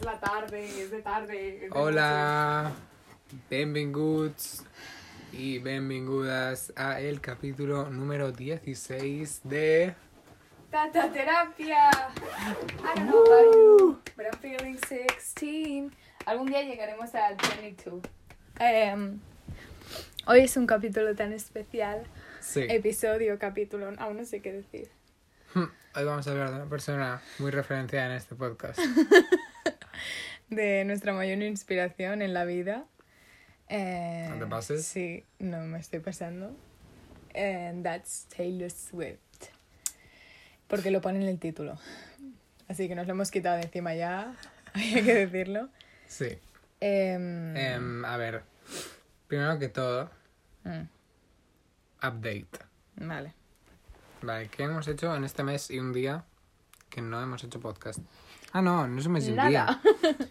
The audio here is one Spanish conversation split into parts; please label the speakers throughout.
Speaker 1: tarde, es de tarde. es de
Speaker 2: Hola, bienvenidos y bienvenidas a el capítulo número 16 de...
Speaker 1: noche. Tata terapia. I don't know about you, but I'm feeling 16. Algún día llegaremos al 22. Em, hoy es un capítulo tan especial.
Speaker 2: Sí.
Speaker 1: Episodio, capítulo, aún no sé qué decir.
Speaker 2: Hoy vamos a hablar de una persona muy referenciada en este podcast.
Speaker 1: De nuestra mayor inspiración en la vida. Eh,
Speaker 2: ¿No te pases?
Speaker 1: Sí, no me estoy pasando. And that's Taylor Swift. Porque lo pone en el título. Así que nos lo hemos quitado de encima ya. Había que decirlo.
Speaker 2: Sí.
Speaker 1: Em,
Speaker 2: Em, a ver, primero que todo,
Speaker 1: mm,
Speaker 2: update.
Speaker 1: vale.
Speaker 2: Vale, ¿qué hemos hecho en este mes y un día que no hemos hecho podcast? Ah, no, no es un mes y un día.
Speaker 1: Nada.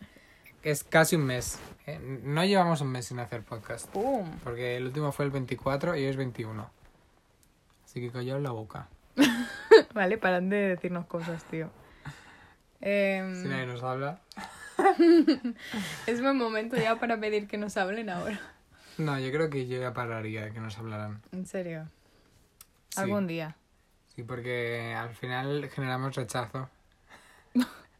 Speaker 2: Es casi un mes. Eh, No llevamos un mes sin hacer podcast.
Speaker 1: Boom.
Speaker 2: Porque el último fue el 24 y hoy es 21. Así que callaos la boca.
Speaker 1: Vale, paran de decirnos cosas, tío. Em,
Speaker 2: Si nadie nos habla.
Speaker 1: es buen momento ya para pedir que nos hablen ahora.
Speaker 2: No, yo creo que yo ya pararía de que nos hablaran.
Speaker 1: En serio.
Speaker 2: Sí.
Speaker 1: Algún día.
Speaker 2: Sí, porque al final generamos rechazo.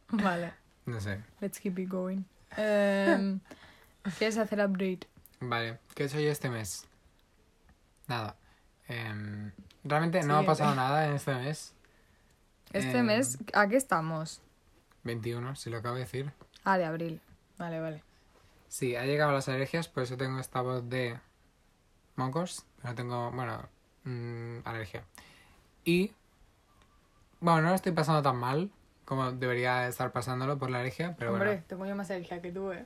Speaker 1: Vale.
Speaker 2: No sé.
Speaker 1: Let's keep it going. Em, ¿Quieres hacer update?
Speaker 2: Vale, ¿qué he hecho yo este mes? Nada. Em, realmente no ha
Speaker 1: Siguiente.
Speaker 2: pasado nada en este mes.
Speaker 1: Este
Speaker 2: Em,
Speaker 1: mes, ¿a qué estamos?
Speaker 2: 21, si lo acabo de decir.
Speaker 1: Ah, de abril. Vale, vale.
Speaker 2: Sí, ha llegado las alergias, por eso tengo esta voz de mocos. No tengo, bueno, mm, alergia. Y, bueno, no lo estoy pasando tan mal como debería estar pasándolo por la alergia, pero
Speaker 1: Hombre,
Speaker 2: bueno.
Speaker 1: tengo yo más alergia que tú, ¿eh?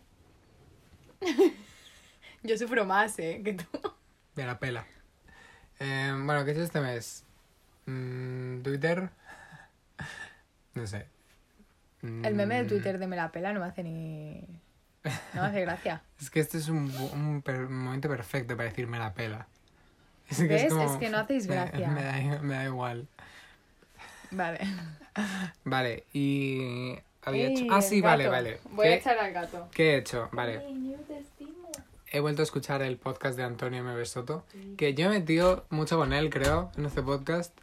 Speaker 1: yo sufro más, ¿eh? Que tú.
Speaker 2: De la pela. Eh, bueno, ¿qué es este mes? Mm, Twitter. No sé.
Speaker 1: El meme de
Speaker 2: Mm,
Speaker 1: Twitter de me la pela no me hace ni... No me hace gracia.
Speaker 2: Es que este es un, bu- un per- un momento perfecto para decirme la pela. Es
Speaker 1: ¿Ves? Es que no hacéis
Speaker 2: me-
Speaker 1: gracia.
Speaker 2: Me, da, me da igual.
Speaker 1: Vale.
Speaker 2: Vale, y. Había
Speaker 1: Ey,
Speaker 2: hecho. Ah,
Speaker 1: el
Speaker 2: sí, vale,
Speaker 1: gato.
Speaker 2: vale.
Speaker 1: Voy a
Speaker 2: ¿Qué-
Speaker 1: echar al gato.
Speaker 2: ¿Qué he hecho? Vale. He vuelto a escuchar el podcast de Antonio M. Soto. Que yo he metido mucho con él, creo, en este podcast.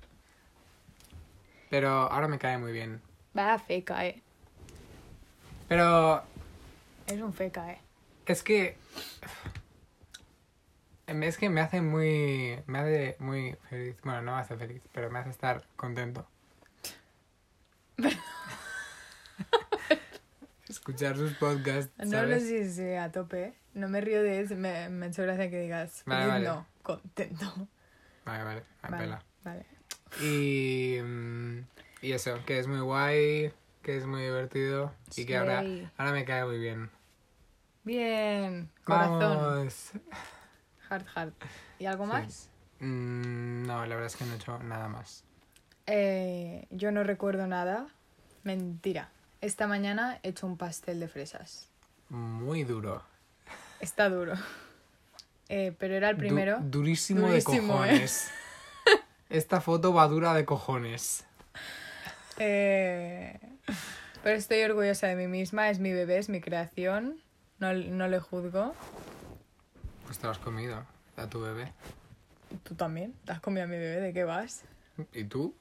Speaker 2: Pero ahora me cae muy bien.
Speaker 1: Vaya feca, ¿eh?
Speaker 2: Pero
Speaker 1: Es un feca, ¿eh?
Speaker 2: es que. Es que me hace muy. Me hace muy feliz. Bueno, no me hace feliz, pero me hace estar contento. Escuchar sus podcasts.
Speaker 1: No lo
Speaker 2: ¿sabes?
Speaker 1: sé si a tope. eh. No me río de eso. Me, me ha hecho gracia que digas...
Speaker 2: Vale,
Speaker 1: feliz
Speaker 2: vale.
Speaker 1: No, contento.
Speaker 2: Vale, vale, me
Speaker 1: Vale,
Speaker 2: pela.
Speaker 1: vale.
Speaker 2: Y, mm, y eso, que es muy guay, que es muy divertido y que ahora,
Speaker 1: Sí.
Speaker 2: ahora me cae muy bien.
Speaker 1: Bien, corazón.
Speaker 2: Vamos.
Speaker 1: Hard, hard. ¿Y algo
Speaker 2: Sí.
Speaker 1: más?
Speaker 2: Mm, no, la verdad es que no he hecho nada más.
Speaker 1: Eh, yo no recuerdo nada. Mentira. Esta mañana he hecho un pastel de fresas.
Speaker 2: Muy duro.
Speaker 1: Está duro. Eh, pero era el
Speaker 2: Du-
Speaker 1: primero.
Speaker 2: durísimo,
Speaker 1: Durísimo,
Speaker 2: de
Speaker 1: ¿eh?
Speaker 2: cojones. Esta foto va dura de cojones.
Speaker 1: Eh, pero estoy orgullosa de mí misma. Es mi bebé, es mi creación. No, no le juzgo.
Speaker 2: Pues te lo has comido a tu bebé.
Speaker 1: Tú también. ¿Te has comido a mi bebé? ¿De qué vas?
Speaker 2: ¿Y tú?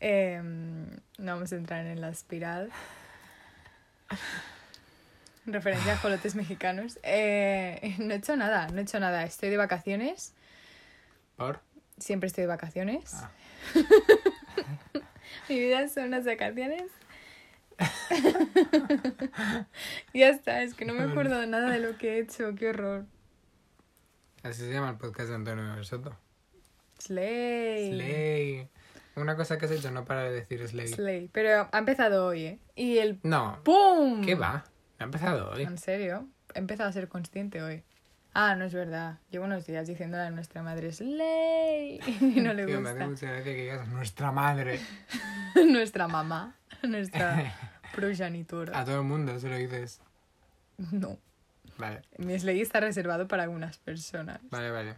Speaker 1: Eh, no vamos a entrar en la espiral. Referencia a jolotes mexicanos. Eh, no he hecho nada, no he hecho nada. Estoy de vacaciones.
Speaker 2: ¿Por?
Speaker 1: Siempre estoy de vacaciones.
Speaker 2: Ah.
Speaker 1: Mi vida son unas vacaciones. ya está, es que no me acuerdo de nada de lo que he hecho. Qué horror.
Speaker 2: Así se llama el podcast de Antonio M. Soto.
Speaker 1: Slay.
Speaker 2: Slay. Una cosa que has hecho, no para de decir Slay.
Speaker 1: Slay. Pero ha empezado hoy, ¿eh? Y el
Speaker 2: No,
Speaker 1: ¡pum!
Speaker 2: ¿qué va? Me ha empezado hoy.
Speaker 1: ¿En serio? He empezado a ser consciente hoy. Ah, no es verdad. Llevo unos días diciéndole a nuestra madre es ley. Y no le
Speaker 2: Tío, me hace
Speaker 1: gusta.
Speaker 2: mucha gracia que digas nuestra madre.
Speaker 1: nuestra mamá, nuestra progenitora.
Speaker 2: A todo el mundo se lo dices.
Speaker 1: No.
Speaker 2: Vale,
Speaker 1: Mi ley está reservado para algunas personas.
Speaker 2: vale, vale.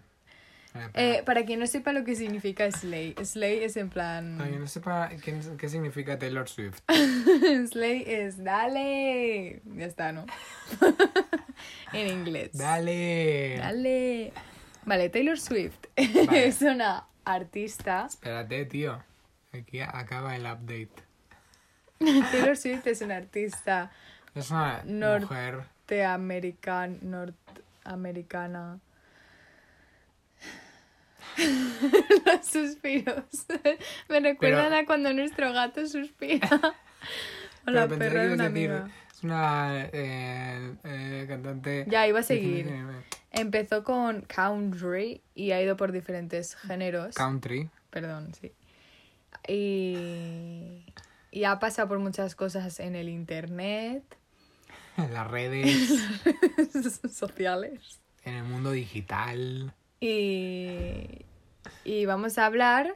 Speaker 1: Eh, para quien no sepa lo que significa Slay, Slay es en plan.
Speaker 2: Para que no sepa qué, qué significa Taylor Swift.
Speaker 1: Slay es dale. Ya está, ¿no? en inglés.
Speaker 2: Dale.
Speaker 1: Dale. Vale, Taylor Swift
Speaker 2: Vale.
Speaker 1: es una artista.
Speaker 2: Espérate, tío. Aquí acaba el update.
Speaker 1: Taylor Swift es una artista
Speaker 2: Es una
Speaker 1: Nor-
Speaker 2: mujer.
Speaker 1: teamerican- norteamericana. Los suspiros. Me recuerdan
Speaker 2: Pero-
Speaker 1: a cuando nuestro gato suspira. O la
Speaker 2: Pero pensé
Speaker 1: perra de
Speaker 2: que
Speaker 1: una
Speaker 2: ibas a decir,
Speaker 1: amiga.
Speaker 2: Es una eh, eh, cantante.
Speaker 1: Ya, iba a seguir. Empezó con country y ha ido por diferentes géneros.
Speaker 2: Country.
Speaker 1: Perdón, sí. Y, y ha pasado por muchas cosas en el internet,
Speaker 2: En las redes.
Speaker 1: sociales.
Speaker 2: en el mundo digital.
Speaker 1: Y, y vamos a hablar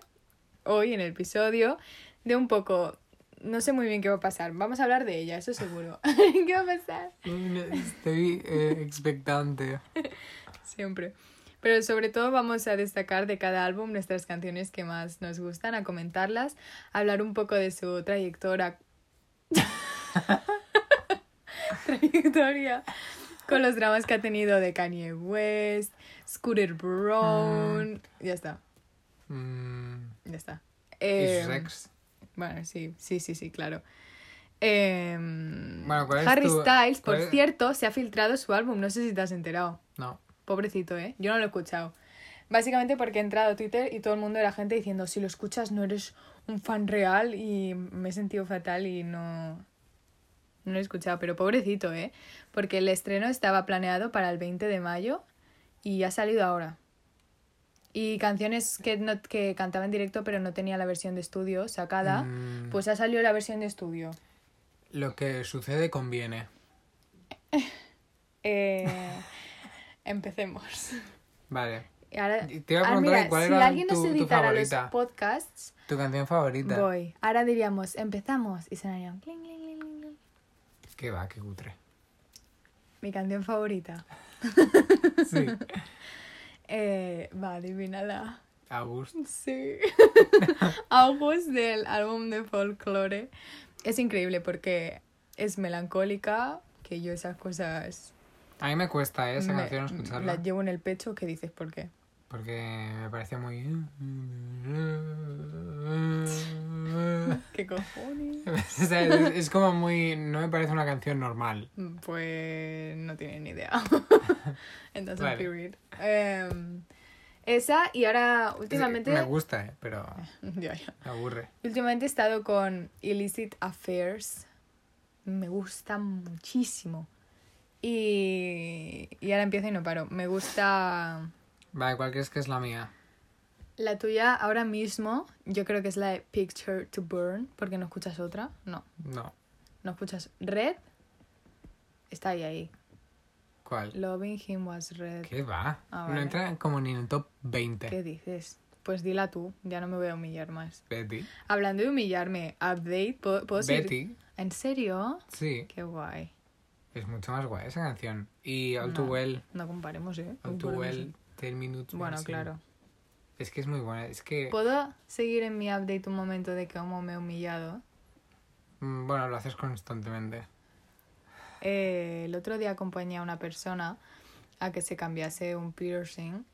Speaker 1: hoy en el episodio de un poco... No sé muy bien qué va a pasar. Vamos a hablar de ella, eso seguro. ¿Qué va a pasar?
Speaker 2: Estoy eh, expectante.
Speaker 1: Siempre. Pero sobre todo vamos a destacar de cada álbum nuestras canciones que más nos gustan, a comentarlas, a hablar un poco de su trayectoria. trayectoria. Con los dramas que ha tenido de Kanye West, Scooter Brown. Ya está,
Speaker 2: Mm,
Speaker 1: ya está.
Speaker 2: ¿Y su
Speaker 1: Em,
Speaker 2: sex?
Speaker 1: bueno, sí, sí, sí, sí, claro. Em,
Speaker 2: Bueno, ¿cuál es
Speaker 1: Harry
Speaker 2: tu-
Speaker 1: Styles, por
Speaker 2: cuál es-
Speaker 1: cierto, se ha filtrado su álbum, no sé si te has enterado.
Speaker 2: No.
Speaker 1: Pobrecito, ¿eh? Yo no lo he escuchado. Básicamente porque he entrado a Twitter y todo el mundo era gente diciendo, si lo escuchas no eres un fan real y me he sentido fatal y no... No lo he escuchado, pero pobrecito, ¿eh? Porque el estreno estaba planeado para el 20 de mayo y ha salido ahora. Y canciones que, no, que cantaba en directo pero no tenía la versión de estudio sacada,
Speaker 2: Mm,
Speaker 1: pues ha salido la versión de estudio.
Speaker 2: Lo que sucede conviene.
Speaker 1: Eh, empecemos.
Speaker 2: Vale.
Speaker 1: Y ahora-
Speaker 2: Y te iba a
Speaker 1: ah,
Speaker 2: preguntar
Speaker 1: mira,
Speaker 2: que cuál
Speaker 1: si
Speaker 2: era
Speaker 1: alguien nos
Speaker 2: tu- tu
Speaker 1: editara los
Speaker 2: favorita.
Speaker 1: podcasts,
Speaker 2: ¿Tu canción favorita?
Speaker 1: voy. Ahora diríamos, empezamos y sonarían cling, cling, cling, cling, cling.
Speaker 2: Qué va, qué cutre.
Speaker 1: Mi canción favorita.
Speaker 2: Sí.
Speaker 1: Eh, va, adivínala.
Speaker 2: August.
Speaker 1: Sí. August del álbum de folklore. Es increíble porque es melancólica, que yo esas cosas
Speaker 2: A mí me cuesta ¿eh? esa
Speaker 1: me-
Speaker 2: canción escucharla.
Speaker 1: las llevo en el pecho, que dices por qué.
Speaker 2: Porque me parecía muy.
Speaker 1: ¿Qué cojones?
Speaker 2: ¿Sabes? es, es como muy. No me parece una canción normal.
Speaker 1: Pues no tienen ni idea. Entonces,
Speaker 2: Vale.
Speaker 1: period. Em, esa y ahora últimamente...
Speaker 2: Me gusta, ¿eh? pero
Speaker 1: Ya, ya.
Speaker 2: me aburre.
Speaker 1: Últimamente he estado con Illicit Affairs. Me gusta muchísimo. Y, y ahora empiezo y no paro. Me gusta
Speaker 2: Vale, ¿cuál crees que es la mía?
Speaker 1: la tuya ahora mismo. Yo creo que es la de Picture to Burn, porque no escuchas otra. No,
Speaker 2: No.
Speaker 1: no escuchas Red. Está ahí, ahí.
Speaker 2: ¿Cuál?
Speaker 1: Loving Him Was Red.
Speaker 2: ¿Qué va?
Speaker 1: Ah,
Speaker 2: No
Speaker 1: vale.
Speaker 2: entra como ni en el top 20.
Speaker 1: ¿Qué dices? Pues dila tú, ya no me voy a humillar más.
Speaker 2: Betty.
Speaker 1: Hablando de humillarme, update, ¿puedo, puedo seguir?
Speaker 2: Betty.
Speaker 1: ¿En serio?
Speaker 2: Sí.
Speaker 1: Qué guay.
Speaker 2: Es mucho más guay esa canción. Y All Too
Speaker 1: No.
Speaker 2: Well.
Speaker 1: No comparemos, ¿eh?
Speaker 2: All Too
Speaker 1: Comparemos,
Speaker 2: Well.
Speaker 1: ¿eh?
Speaker 2: 10 minutes.
Speaker 1: Bueno,
Speaker 2: missing.
Speaker 1: claro. Pues
Speaker 2: Es que es muy buena. Es que.
Speaker 1: ¿Puedo seguir en mi update un momento de cómo me he humillado?
Speaker 2: mm, Bueno, lo haces constantemente.
Speaker 1: Eh, el otro día acompañé a una persona a que se cambiase un piercing.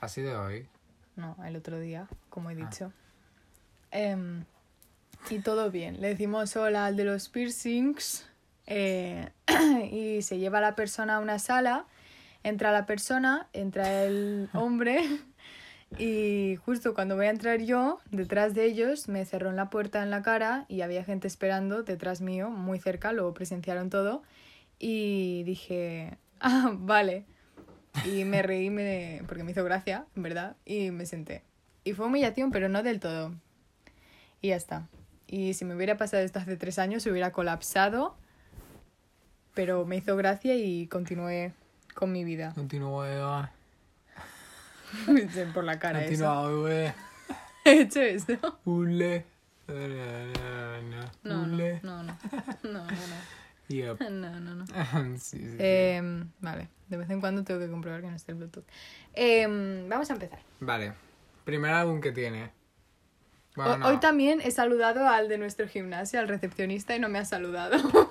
Speaker 2: Ha sido hoy.
Speaker 1: No, el otro día, como he dicho. Em, y todo bien. Le decimos hola al de los piercings. eh, y se lleva a la persona a una sala. Entra la persona, entra el hombre. Y justo cuando voy a entrar yo, detrás de ellos, me cerró en la puerta en la cara y había gente esperando detrás mío, muy cerca, lo presenciaron todo. Y dije, ah, vale. Y me reí me- porque me hizo gracia, en verdad, y me senté. Y fue humillación, pero no del todo. Y ya está. Y si me hubiera pasado esto hace tres años, hubiera colapsado, pero me hizo gracia y continué con mi vida.
Speaker 2: Continúo. eh,
Speaker 1: Por la cara, eso.
Speaker 2: Continúo. eh.
Speaker 1: He hecho eso.
Speaker 2: Ule. No,
Speaker 1: No,
Speaker 2: Ule.
Speaker 1: no, no, no, no, no, no.
Speaker 2: Yep.
Speaker 1: No, no, no.
Speaker 2: sí, sí, sí.
Speaker 1: Em, vale, de vez en cuando tengo que comprobar que no esté el Bluetooth. Em, vamos a empezar.
Speaker 2: Vale. Primer álbum que tiene.
Speaker 1: Ho- Hoy también he saludado al de nuestro gimnasio, al recepcionista, y no me ha saludado.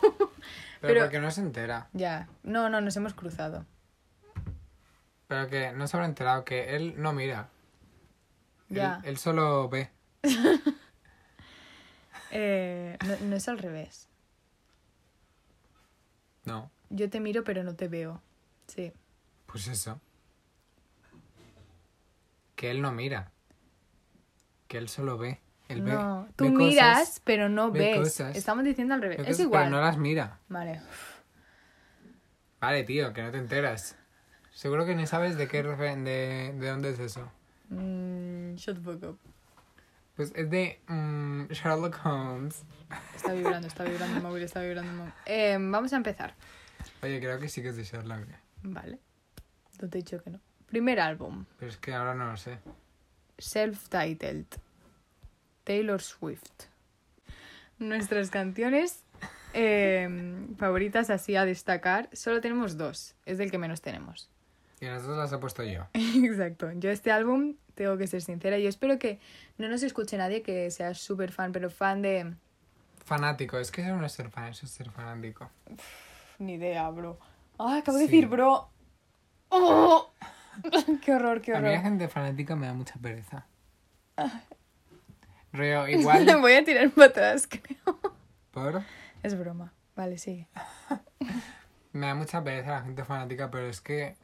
Speaker 2: Pero,
Speaker 1: pero-
Speaker 2: porque no se entera.
Speaker 1: ya, no, no, nos hemos cruzado.
Speaker 2: Pero que no se habrá enterado que él no mira. Él-
Speaker 1: Ya.
Speaker 2: Él, solo ve.
Speaker 1: Eh, no, no es al revés.
Speaker 2: No.
Speaker 1: Yo te miro, pero no te veo. Sí.
Speaker 2: Pues eso. Que él no mira. Que él solo ve. Él ve-
Speaker 1: no,
Speaker 2: ve
Speaker 1: tú
Speaker 2: cosas,
Speaker 1: miras, pero no
Speaker 2: ve
Speaker 1: ves.
Speaker 2: cosas.
Speaker 1: Estamos diciendo al
Speaker 2: ve
Speaker 1: revés.
Speaker 2: cosas,
Speaker 1: es igual.
Speaker 2: Pero no las mira.
Speaker 1: Vale.
Speaker 2: Vale, tío, que no te enteras. Seguro que ni sabes de qué refer- de, de dónde es eso.
Speaker 1: Mm, shut the fuck up.
Speaker 2: Pues es de mm, Sherlock Holmes.
Speaker 1: Está vibrando, está vibrando el móvil, está vibrando el móvil. Em, vamos a empezar.
Speaker 2: Oye, creo que sí que es de Sherlock. ¿eh?
Speaker 1: Vale. No te he dicho que no. Primer álbum.
Speaker 2: Pero es que ahora no lo sé.
Speaker 1: Self-titled. Taylor Swift. Nuestras canciones eh, favoritas así a destacar. Solo tenemos dos. Es del que menos tenemos.
Speaker 2: Y las dos las he puesto yo.
Speaker 1: Exacto. Yo este álbum, tengo que ser sincera, yo espero que no nos escuche nadie que sea súper fan, pero fan de...
Speaker 2: Fanático, es que eso no es ser fan, eso es ser fanático.
Speaker 1: Ni idea, bro. Ah, acabo
Speaker 2: de
Speaker 1: de
Speaker 2: Sí.
Speaker 1: decir,
Speaker 2: decir
Speaker 1: bro. ¡Oh! ¡Qué horror, qué
Speaker 2: A mí la
Speaker 1: horror! Ah.
Speaker 2: gente fanática me da mucha pereza. Río, igual.
Speaker 1: voy a tirar para atrás, creo.
Speaker 2: por.
Speaker 1: Es broma. Vale, sigue.
Speaker 2: Me da mucha pereza la gente fanática, pero es que.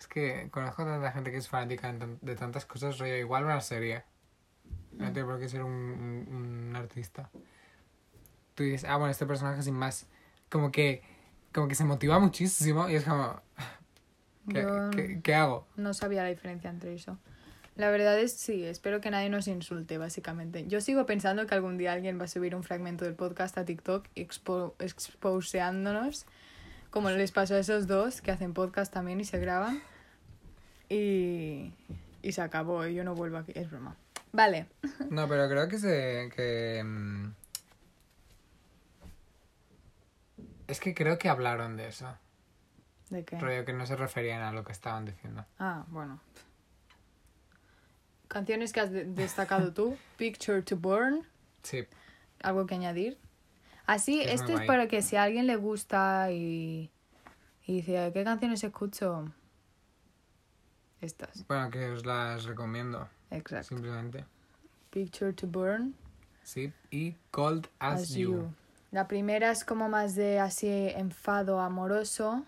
Speaker 2: Es que conozco tanta gente que es fanática de tan- de tantas cosas, rollo. Igual una serie. No tiene por qué ser un, un- un artista. Tú dices, ah, bueno, este personaje sin más. Como que. Como que se motiva muchísimo y es como. ¿Qué,
Speaker 1: Yo-
Speaker 2: qué- qué hago?
Speaker 1: No sabía la diferencia entre eso. La verdad es, sí, espero que nadie nos insulte, básicamente. Yo sigo pensando que algún día alguien va a subir un fragmento del podcast a TikTok expo exposeándonos, como les pasó a esos dos que hacen podcast también y se graban. Y, y se acabó, y yo no vuelvo aquí, es broma. Vale,
Speaker 2: No, pero creo que se. que. mm, Es que creo que hablaron de eso.
Speaker 1: ¿de qué?
Speaker 2: Rollo que no se referían a lo que estaban diciendo.
Speaker 1: Ah, bueno. Canciones que has de- destacado tú. Picture to Burn.
Speaker 2: Sí.
Speaker 1: ¿Algo que añadir? Así,
Speaker 2: Es que es
Speaker 1: este
Speaker 2: muy
Speaker 1: es
Speaker 2: guay.
Speaker 1: para que si a alguien le gusta y, y dice, "Ay, ¿qué canciones escucho? Estas,
Speaker 2: Bueno, que os las recomiendo,
Speaker 1: exacto.
Speaker 2: simplemente.
Speaker 1: Picture to Burn
Speaker 2: Sí. Y Cold As,
Speaker 1: as
Speaker 2: you.
Speaker 1: You. La primera es como más de así enfado amoroso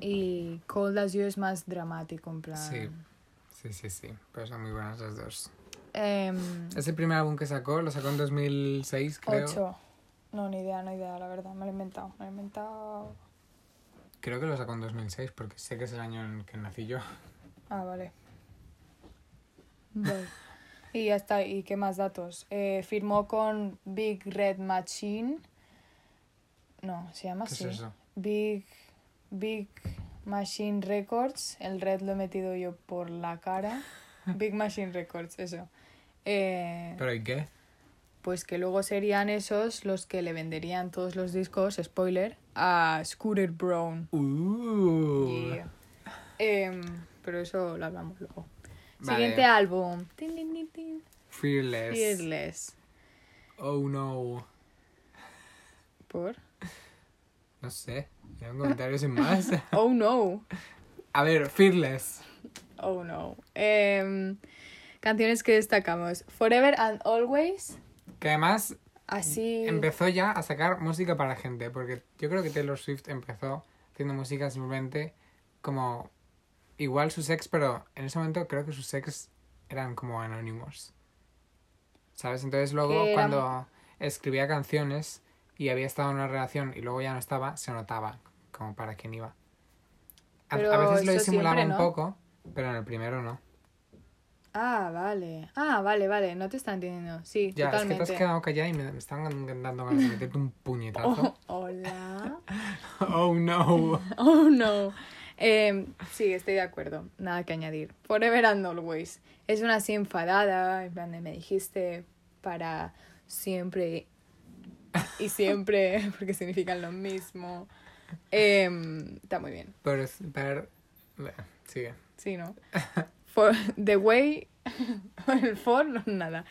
Speaker 1: y Cold as You es más dramático, en plan.
Speaker 2: Sí. Sí, sí, sí. Pero son muy buenas las dos.
Speaker 1: Em,
Speaker 2: Ese primer álbum que sacó, lo sacó en 2006, creo.
Speaker 1: ocho. No, ni idea, no idea, la verdad. Me lo he inventado. Me lo he inventado.
Speaker 2: Creo que lo sacó en 2006, porque sé que es el año en que nací yo.
Speaker 1: Ah, vale. Vale. Y ya está, ¿y qué más datos? Eh, firmó con Big Red Machine. No, se llama
Speaker 2: ¿Qué
Speaker 1: así.
Speaker 2: es eso?
Speaker 1: Big, Big Machine Records. El red lo he metido yo por la cara. Big Machine Records, eso. Eh,
Speaker 2: ¿Pero y qué?
Speaker 1: pues que luego serían esos los que le venderían todos los discos, spoiler, a Scooter Brown.
Speaker 2: Uh.
Speaker 1: Yeah. Em, pero eso lo hablamos luego.
Speaker 2: Vale.
Speaker 1: Siguiente álbum. Tin, tin, tin, tin.
Speaker 2: Fearless.
Speaker 1: Fearless.
Speaker 2: Oh no.
Speaker 1: Por.
Speaker 2: No sé. Era un comentario sin más.
Speaker 1: Oh no.
Speaker 2: A ver, Fearless.
Speaker 1: Oh no. Em, canciones que destacamos. Forever and Always.
Speaker 2: Que además
Speaker 1: Así.
Speaker 2: empezó ya a sacar música para la gente, porque yo creo que Taylor Swift empezó haciendo música simplemente como igual sus ex, pero en ese momento creo que sus ex eran como anónimos. ¿Sabes? Entonces luego
Speaker 1: Que eran-
Speaker 2: cuando escribía canciones y había estado en una relación y luego ya no estaba, se notaba como para quién iba. A, a
Speaker 1: Pero
Speaker 2: veces lo
Speaker 1: eso
Speaker 2: disimulaba
Speaker 1: siempre,
Speaker 2: un
Speaker 1: ¿no?
Speaker 2: poco, pero en el primero no.
Speaker 1: Ah, vale. Ah, vale, vale. No te está entendiendo. Sí,
Speaker 2: Ya,
Speaker 1: totalmente.
Speaker 2: es que te has quedado callada y me, me están dando ganas de meterte un puñetazo.
Speaker 1: Oh, hola.
Speaker 2: oh no.
Speaker 1: Oh no. Em, sí, estoy de acuerdo. Nada que añadir. Forever and Always. Es una así enfadada, en plan de me dijiste para siempre y siempre, porque significan lo mismo. Em, está muy bien,
Speaker 2: Pero, es- pero- bueno, sigue.
Speaker 1: sí, ¿no? For, the way, el for, no, nada.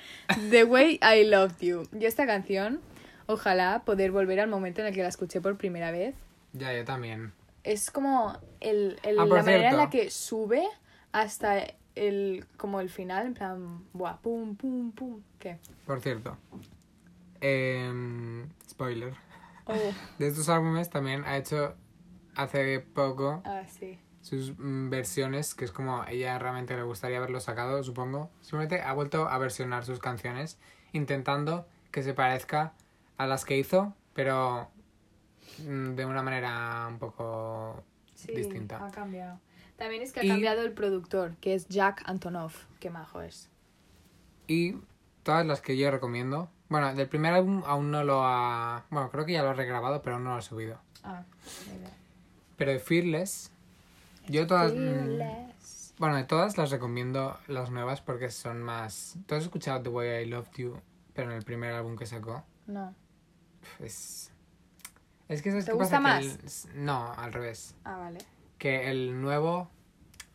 Speaker 1: The way I loved you. Yo esta canción, ojalá poder volver al momento en el que la escuché por primera vez.
Speaker 2: Ya, yo también.
Speaker 1: Es como el, el-
Speaker 2: Ah,
Speaker 1: la
Speaker 2: por
Speaker 1: manera en
Speaker 2: cierto.
Speaker 1: la que sube hasta el, como el final, en plan, buah, pum, pum, pum, ¿qué?
Speaker 2: Por cierto. Em, spoiler.
Speaker 1: Oh,
Speaker 2: De estos álbumes también ha hecho hace poco
Speaker 1: ah, sí.
Speaker 2: sus mm, versiones, que es como ella realmente le gustaría haberlo sacado, supongo. Simplemente ha vuelto a versionar sus canciones, intentando que se parezca a las que hizo, pero mm, de una manera un poco...
Speaker 1: Sí,
Speaker 2: distinta.
Speaker 1: ha cambiado. También es que ha
Speaker 2: Y-
Speaker 1: cambiado el productor, que es Jack Antonoff. Qué majo es.
Speaker 2: Y todas las que yo recomiendo... Bueno, del primer álbum aún no lo ha... Bueno, creo que ya lo ha regrabado, pero aún no lo ha subido.
Speaker 1: Ah,
Speaker 2: Pero de Fearless, yo todas... mm, Bueno, de todas las recomiendo las nuevas porque son más... ¿Tú has escuchado The Way I Loved You? Pero en el primer álbum que sacó.
Speaker 1: No.
Speaker 2: Es. Es que sabes
Speaker 1: ¿Te
Speaker 2: qué
Speaker 1: gusta
Speaker 2: pasa?
Speaker 1: más?
Speaker 2: Que el- s- No, al revés.
Speaker 1: Ah, vale.
Speaker 2: Que el nuevo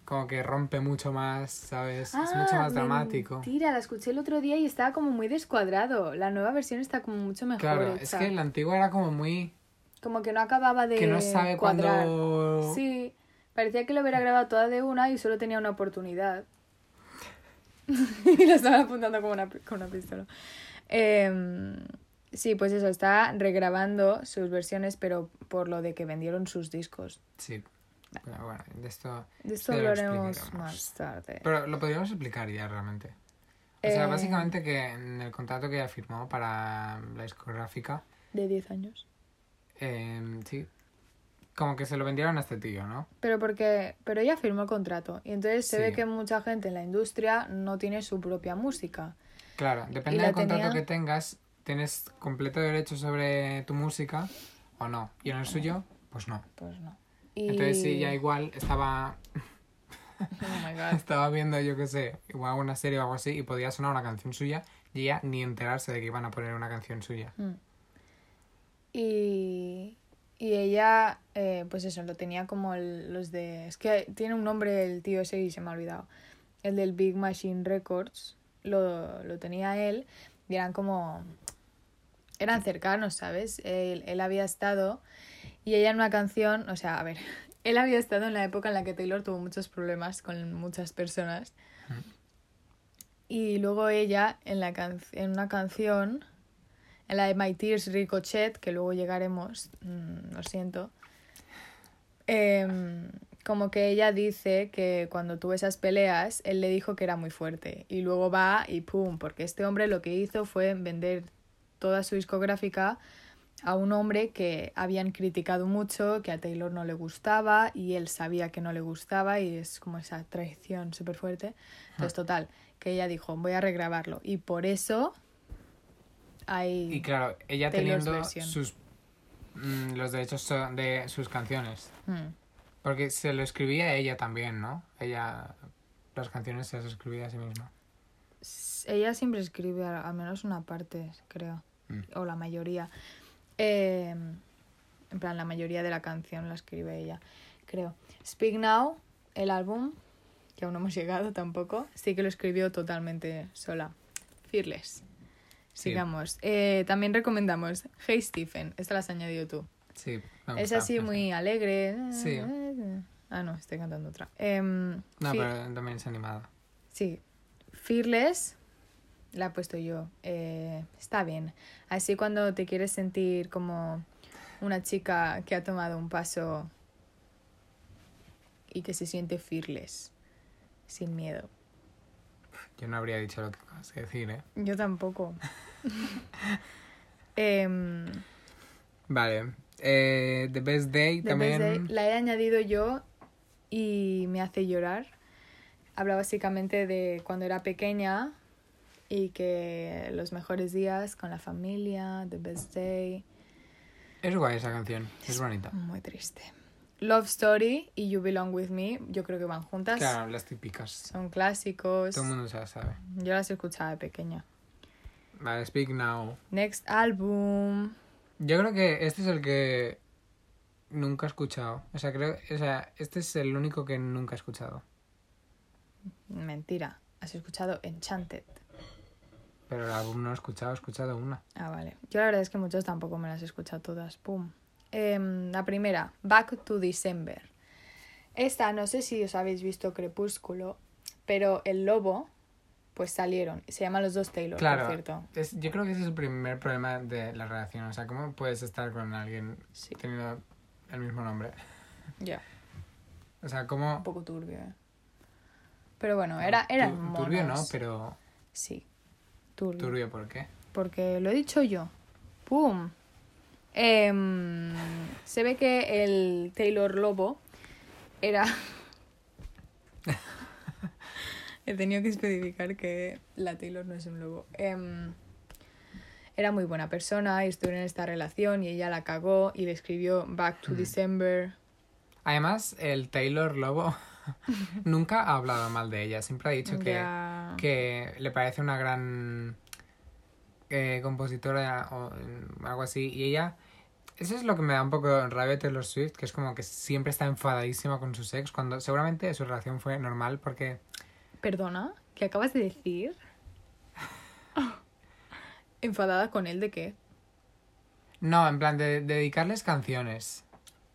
Speaker 2: como que rompe mucho más, ¿sabes? es mucho más dramático.
Speaker 1: Ah, Mentira, la escuché el otro día y estaba como muy descuadrado. La nueva versión está como mucho mejor
Speaker 2: Claro, es
Speaker 1: hecha.
Speaker 2: que la antigua era como muy...
Speaker 1: Como que no acababa de
Speaker 2: Que no sabe
Speaker 1: cuadrar.
Speaker 2: cuándo...
Speaker 1: Sí, parecía que lo hubiera grabado toda de una y solo tenía una oportunidad. y la estaban apuntando con una, pi- con una pistola. Em, sí, pues eso, está regrabando sus versiones, pero por lo de que vendieron sus discos.
Speaker 2: Sí. Pero bueno, de esto...
Speaker 1: De esto
Speaker 2: Ya lo
Speaker 1: hablaremos
Speaker 2: explicaremos.
Speaker 1: más tarde.
Speaker 2: Pero lo podríamos explicar ya realmente. O sea,
Speaker 1: Eh,
Speaker 2: básicamente que en el contrato que ella firmó para la discográfica,
Speaker 1: De 10 años.
Speaker 2: eh, sí, como que se lo vendieron a este tío, ¿no?
Speaker 1: Pero porque pero ella firmó el contrato y entonces se ve
Speaker 2: Sí.
Speaker 1: que mucha gente en la industria no tiene su propia música.
Speaker 2: Claro,
Speaker 1: Y
Speaker 2: depende
Speaker 1: la
Speaker 2: del contrato
Speaker 1: tenía-
Speaker 2: que tengas, tienes completo derecho sobre tu música o no. Y en el suyo, pues no.
Speaker 1: Pues no. Ah. Y...
Speaker 2: Entonces sí, ya igual estaba,
Speaker 1: Oh my God.
Speaker 2: estaba viendo, yo qué sé, igual una serie o algo así y podía sonar una canción suya y ella ni enterarse de que iban a poner una canción suya.
Speaker 1: Mm. Y, y ella, eh, pues eso, lo tenía como el- los de... Es que tiene un nombre el tío ese y se me ha olvidado. El del Big Machine Records, lo, lo tenía él y eran como... Eran cercanos, ¿sabes? Él, él había estado y ella en una canción, o sea, a ver, él había estado en la época en la que Taylor tuvo muchos problemas con muchas personas. Y luego ella en, la can- en una canción en la de My Tears Ricochet, que luego llegaremos, mm, lo siento. Em, como que ella dice que cuando tuvo esas peleas, él le dijo que era muy fuerte. Y luego va y pum, porque este hombre lo que hizo fue vender toda su discográfica a un hombre que habían criticado mucho, que a Taylor no le gustaba y él sabía que no le gustaba y es como esa traición súper fuerte. Entonces, total, que ella dijo, voy a regrabarlo. Y por eso hay...
Speaker 2: Y claro, ella
Speaker 1: Taylor's
Speaker 2: teniendo
Speaker 1: version.
Speaker 2: sus mm, los derechos so- de sus canciones.
Speaker 1: Mm.
Speaker 2: Porque se lo escribía ella también, ¿no? Ella las canciones se las escribía a sí misma.
Speaker 1: S- Ella siempre escribe al al menos una parte, creo.
Speaker 2: Mm.
Speaker 1: O la mayoría. Eh, en plan, la mayoría de la canción la escribe ella, creo. Speak Now, el álbum, que aún no hemos llegado tampoco, sí que lo escribió totalmente sola. Fearless.
Speaker 2: Sí.
Speaker 1: Sigamos. Eh, también recomendamos Hey Stephen. Esta la has añadido tú.
Speaker 2: Sí, me
Speaker 1: es
Speaker 2: gusta,
Speaker 1: así
Speaker 2: no sé.
Speaker 1: muy alegre.
Speaker 2: Sí.
Speaker 1: Ah, no, estoy cantando otra. Em,
Speaker 2: No,
Speaker 1: Fe-
Speaker 2: pero también es animada.
Speaker 1: Sí. Fearless la he puesto yo. Eh, está bien. Así cuando te quieres sentir como una chica que ha tomado un paso y que se siente fearless, sin miedo.
Speaker 2: Yo no habría dicho lo que acabas de decir, ¿eh?
Speaker 1: Yo tampoco. Em,
Speaker 2: Vale. Eh, The Best Day
Speaker 1: The
Speaker 2: también.
Speaker 1: Best Day la he añadido yo y me hace llorar. Habla básicamente de cuando era pequeña y que los mejores días con la familia, The Best Day.
Speaker 2: Es guay esa canción. Es bonita.
Speaker 1: Muy triste. Love Story y You Belong With Me, yo creo que van juntas.
Speaker 2: Claro, las típicas.
Speaker 1: Son clásicos.
Speaker 2: Todo el mundo se las sabe.
Speaker 1: Yo las escuchaba de pequeña.
Speaker 2: Vale, Speak Now.
Speaker 1: Next Album.
Speaker 2: Yo creo que este es el que nunca he escuchado. O sea, creo, o sea, este es el único que nunca he escuchado.
Speaker 1: Mentira. Has escuchado Enchanted.
Speaker 2: Pero el álbum no lo he escuchado, he escuchado una.
Speaker 1: Ah, vale. Yo la verdad es que muchos tampoco me las he escuchado todas. Pum. Em, la primera, Back to December. Esta, no sé si os habéis visto Crepúsculo, pero el lobo, pues salieron. Se llaman los dos Taylor,
Speaker 2: claro.
Speaker 1: por cierto.
Speaker 2: Es, yo creo que ese es el primer problema de la relación. O sea, ¿cómo puedes estar con alguien
Speaker 1: Sí,
Speaker 2: teniendo el mismo nombre?
Speaker 1: ya.
Speaker 2: O sea, ¿cómo.
Speaker 1: Un poco turbio, ¿eh? Pero bueno, era,
Speaker 2: Tur-
Speaker 1: eran
Speaker 2: Turbio no,
Speaker 1: monos.
Speaker 2: pero.
Speaker 1: Sí, turbio.
Speaker 2: Turbio, ¿por qué?
Speaker 1: Porque lo he dicho yo. ¡Pum! Em, se ve que el Taylor Lobo era... He tenido que especificar que la Taylor no es un lobo. Em, era muy buena persona y estuvieron en esta relación y ella la cagó y le escribió Back
Speaker 2: Mm.
Speaker 1: to December.
Speaker 2: Además, el Taylor Lobo nunca ha hablado mal de ella. Siempre ha dicho que.
Speaker 1: Ya.
Speaker 2: que le parece una gran eh, compositora o mm, algo así. Y ella, eso es lo que me da un poco de rabia de Taylor Swift, que es como que siempre está enfadadísima con sus ex, cuando seguramente su relación fue normal porque...
Speaker 1: Perdona, ¿qué acabas de decir? Enfadada con él de qué?
Speaker 2: No, en plan de, de dedicarles canciones.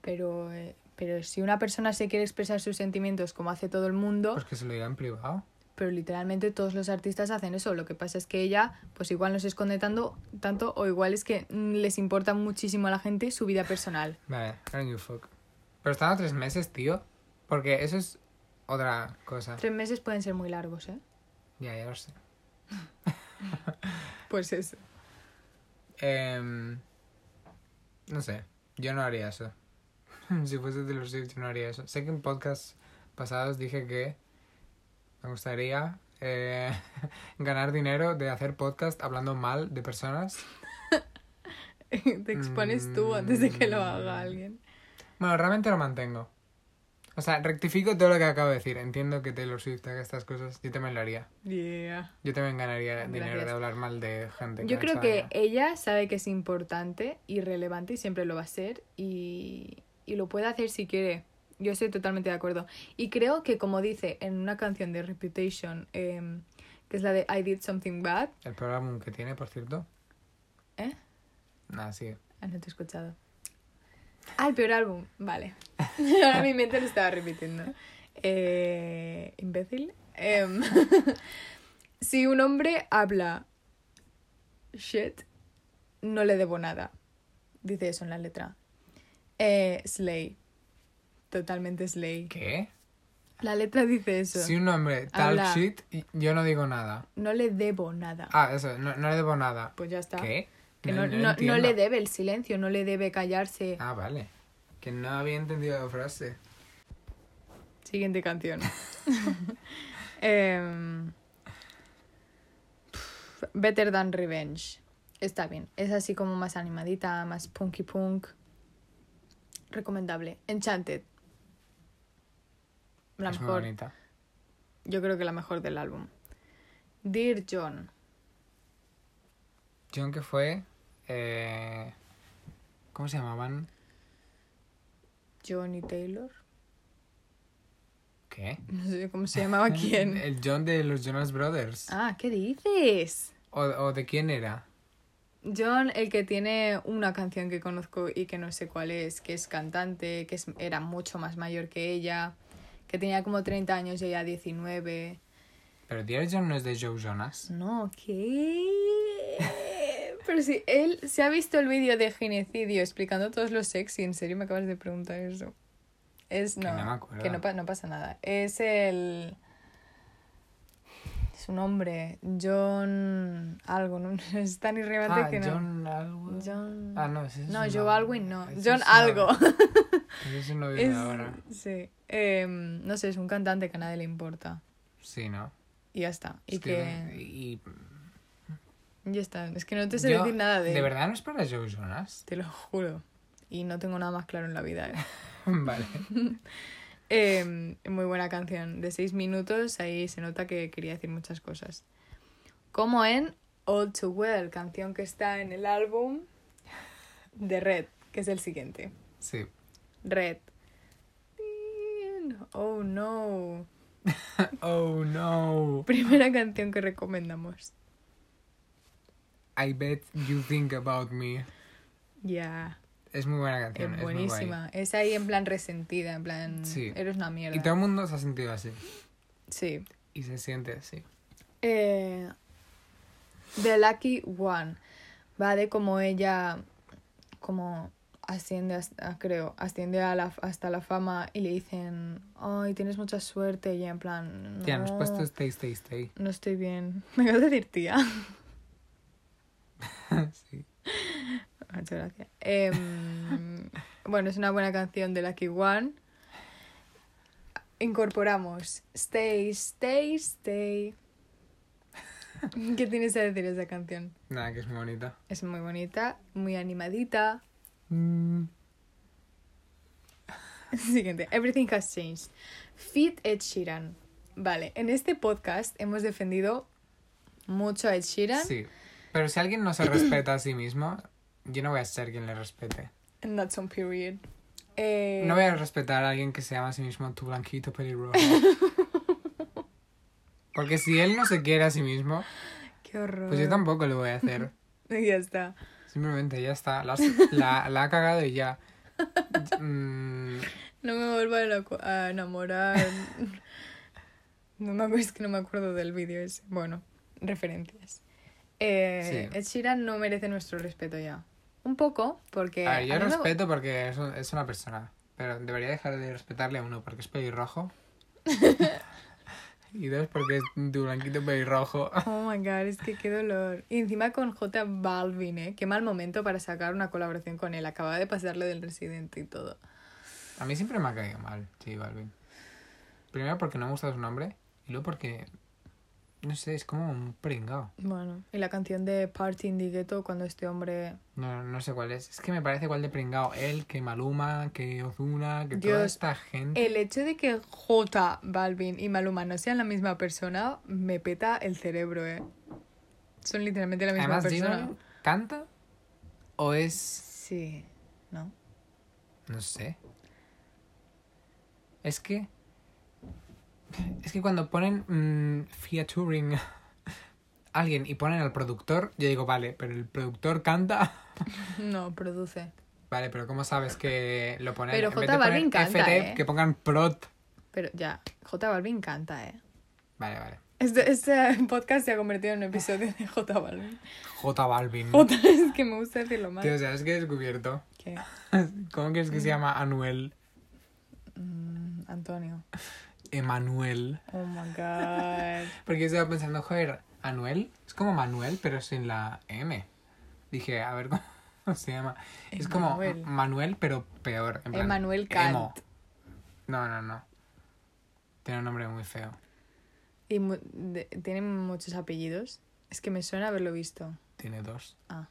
Speaker 1: Pero, eh, pero si una persona se quiere expresar sus sentimientos como hace todo el mundo,
Speaker 2: Pues que se lo diga en privado.
Speaker 1: pero literalmente todos los artistas hacen eso. Lo que pasa es que ella, pues igual no se esconde tanto, tanto o igual es que mm, les importa muchísimo a la gente su vida personal.
Speaker 2: Vale, can you fuck. Pero están a tres meses, tío. Porque eso es otra cosa.
Speaker 1: Tres meses pueden ser muy largos, ¿eh?
Speaker 2: Ya, ya lo sé.
Speaker 1: Pues eso.
Speaker 2: Em, no sé, yo no haría eso. si fuese Taylor Swift, yo no haría eso. Sé que en podcasts pasados dije que me gustaría eh, ganar dinero de hacer podcast hablando mal de personas.
Speaker 1: Te expones tú antes de que lo haga
Speaker 2: Mm.
Speaker 1: alguien.
Speaker 2: Bueno, realmente lo mantengo. O sea, rectifico todo lo que acabo de decir. Entiendo que Taylor Swift haga estas cosas. Yo también lo haría.
Speaker 1: Yeah.
Speaker 2: Yo también ganaría dinero de
Speaker 1: Gracias.
Speaker 2: hablar mal de gente.
Speaker 1: Yo
Speaker 2: no
Speaker 1: creo
Speaker 2: sabe
Speaker 1: que
Speaker 2: nada.
Speaker 1: ella sabe que es importante y relevante y siempre lo va a ser y, y lo puede hacer si quiere. Yo estoy totalmente de acuerdo. Y creo que como dice en una canción de Reputation, em, que es la de I Did Something Bad,
Speaker 2: El peor álbum que tiene, por cierto.
Speaker 1: ¿Eh?
Speaker 2: Nada, sí.
Speaker 1: ah, no te he escuchado. Ah, el peor álbum, vale. Ahora mi mente lo estaba repitiendo. Eh, imbécil. Em, si un hombre habla shit, no le debo nada. Dice eso en la letra. Eh, slay. Totalmente slay.
Speaker 2: ¿Qué?
Speaker 1: La letra dice eso.
Speaker 2: Si un hombre tal
Speaker 1: Habla.
Speaker 2: shit, y- yo no digo nada.
Speaker 1: No le debo nada.
Speaker 2: Ah, eso, no, no le debo nada.
Speaker 1: Pues ya está.
Speaker 2: ¿Qué?
Speaker 1: Que no, no- no
Speaker 2: entiendo.
Speaker 1: le debe el silencio, no le debe callarse.
Speaker 2: Ah, vale. Que no había entendido la frase.
Speaker 1: Siguiente canción. Em, pf, Better Than Revenge. Está bien. Es así como más animadita, más punky punk. Recomendable. Enchanted. La
Speaker 2: es muy
Speaker 1: mejor.
Speaker 2: bonita.
Speaker 1: Yo creo que la mejor del álbum. Dear John.
Speaker 2: John que fue... eh, ¿Cómo se llamaban?
Speaker 1: John y Taylor.
Speaker 2: ¿Qué?
Speaker 1: No sé cómo se llamaba quién.
Speaker 2: El John de los Jonas Brothers.
Speaker 1: Ah, ¿qué dices?
Speaker 2: O, o de quién era?
Speaker 1: John, el que tiene una canción que conozco y que no sé cuál es, que es cantante, que es- era mucho más mayor que ella, que tenía como 30 años y ella 19.
Speaker 2: Pero Dear John no es de Joe Jonas.
Speaker 1: No, ¿qué? Pero si él se ha visto el vídeo de genocidio explicando todos los sexy, en serio me acabas de preguntar eso. Es no,
Speaker 2: no me acuerdo.
Speaker 1: que no, pa- no pasa nada. Es el su nombre, John algo, no es tan irrelevante
Speaker 2: Ah,
Speaker 1: que no.
Speaker 2: John algo.
Speaker 1: John-
Speaker 2: Ah, no, ese es
Speaker 1: No,
Speaker 2: un
Speaker 1: Joe
Speaker 2: nombre.
Speaker 1: Alwyn no.
Speaker 2: Ese
Speaker 1: John
Speaker 2: es un
Speaker 1: algo.
Speaker 2: nombre. Ese es un novio de
Speaker 1: Es-
Speaker 2: ahora.
Speaker 1: sí. Em, no sé, es un cantante que a nadie le importa.
Speaker 2: Sí, ¿no?
Speaker 1: Y ya está. Y
Speaker 2: Es que-
Speaker 1: que...
Speaker 2: y-
Speaker 1: Ya está. Es que no te sé
Speaker 2: Yo-
Speaker 1: decir nada de...
Speaker 2: ¿De verdad no es para Joe Jonas?
Speaker 1: Te lo juro. Y no tengo nada más claro en la vida. ¿eh?
Speaker 2: vale.
Speaker 1: Em, muy buena canción. De seis minutos, ahí se nota que quería decir muchas cosas. Como en All Too Well, canción que está en el álbum. de Red, que es el siguiente.
Speaker 2: Sí.
Speaker 1: Red. Tin. Oh no.
Speaker 2: Oh no.
Speaker 1: Primera canción que recomendamos.
Speaker 2: I bet you think about me.
Speaker 1: Ya.
Speaker 2: Es muy buena canción.
Speaker 1: Es
Speaker 2: muy guay.
Speaker 1: buenísima. Es ahí en plan resentida, en plan.
Speaker 2: Sí.
Speaker 1: Eres una mierda.
Speaker 2: Y todo el mundo se ha sentido así.
Speaker 1: Sí.
Speaker 2: Y se siente así.
Speaker 1: Eh, The Lucky One. Va de como ella. Como asciende hasta, creo, asciende a la, hasta la fama y le dicen, ay, tienes mucha suerte, y ella en plan, no,
Speaker 2: Tía, nos has puesto stay, stay, stay.
Speaker 1: no estoy bien. Me acabas de decir tía.
Speaker 2: sí.
Speaker 1: Muchas gracias. Em, bueno, es una buena canción de Lucky One. Incorporamos Stay, Stay, Stay. ¿Qué tienes que decir de esa canción?
Speaker 2: Nada, que es muy bonita.
Speaker 1: Es muy bonita, muy animadita.
Speaker 2: Mm,
Speaker 1: Siguiente, Everything Has Changed. Fit Ed Sheeran. Vale, en este podcast hemos defendido mucho a Ed Sheeran.
Speaker 2: Sí. Pero si alguien no se respeta a sí mismo, yo no voy a ser quien le respete.
Speaker 1: And that's on period. Eh,
Speaker 2: No voy a respetar a alguien que se llama a sí mismo tu blanquito pelirrojo. Porque si él no se quiere a sí mismo,
Speaker 1: Qué horror.
Speaker 2: pues yo tampoco lo voy a hacer.
Speaker 1: ya está.
Speaker 2: Simplemente ya está. La, has- la, la ha cagado y ya. Mm,
Speaker 1: No me vuelvo a eno- a enamorar. No me acuerdo, es que no me acuerdo del vídeo ese. Bueno, referencias. Eh,
Speaker 2: Sí.
Speaker 1: Ed Sheeran no merece nuestro respeto ya. Un poco, porque...
Speaker 2: a ver, yo
Speaker 1: a mí me-
Speaker 2: respeto porque es, un- es una persona. Pero debería dejar de respetarle a uno porque es pelirrojo. y dos porque es tu blanquito pelirrojo.
Speaker 1: Oh my god, es que qué dolor. Y encima con J Balvin, ¿eh? Qué mal momento para sacar una colaboración con él. Acaba de pasarle del residente y todo.
Speaker 2: A mí siempre me ha caído mal, J Balvin. Primero porque no me gusta su nombre. Y luego porque. No sé, es como un pringao.
Speaker 1: Bueno, y la canción de Party in the Ghetto cuando este hombre...
Speaker 2: No, no sé cuál es. Es que me parece igual de pringao él, que Maluma, que Ozuna, que toda
Speaker 1: Dios,
Speaker 2: esta gente.
Speaker 1: El hecho de que J Balvin y Maluma no sean la misma persona me peta el cerebro, ¿eh? Son literalmente la misma
Speaker 2: Además, J
Speaker 1: persona.
Speaker 2: Balvin canta o es.
Speaker 1: Sí, ¿no?
Speaker 2: No sé. Es que. Es que cuando ponen mm, featuring a alguien y ponen al productor, yo digo, vale, pero el productor canta.
Speaker 1: No, produce.
Speaker 2: Vale, pero ¿cómo sabes que lo ponen?
Speaker 1: Pero
Speaker 2: en vez
Speaker 1: J
Speaker 2: de poner
Speaker 1: Balvin canta,
Speaker 2: FT,
Speaker 1: ¿eh?
Speaker 2: que pongan prot.
Speaker 1: Pero ya, J Balvin canta, ¿eh?
Speaker 2: Vale, vale.
Speaker 1: Este, este podcast se ha convertido en un episodio de J Balvin.
Speaker 2: J Balvin.
Speaker 1: J es que me gusta decirlo mal.
Speaker 2: Tío, ¿sabes qué he descubierto?
Speaker 1: ¿Qué?
Speaker 2: ¿Cómo crees que se llama Anuel?
Speaker 1: Mm, Antonio.
Speaker 2: Emanuel.
Speaker 1: Oh my god.
Speaker 2: Porque yo estaba pensando, joder, Anuel es como Manuel, pero sin la M. Dije, a ver cómo se llama. Es como
Speaker 1: Emanuel.
Speaker 2: Manuel, pero peor. en plan,
Speaker 1: Emanuel
Speaker 2: emo.
Speaker 1: Kant.
Speaker 2: No, no, no. Tiene un nombre muy feo.
Speaker 1: Y mu- de- tiene muchos apellidos. Es que me suena haberlo visto.
Speaker 2: Tiene dos.
Speaker 1: Ah.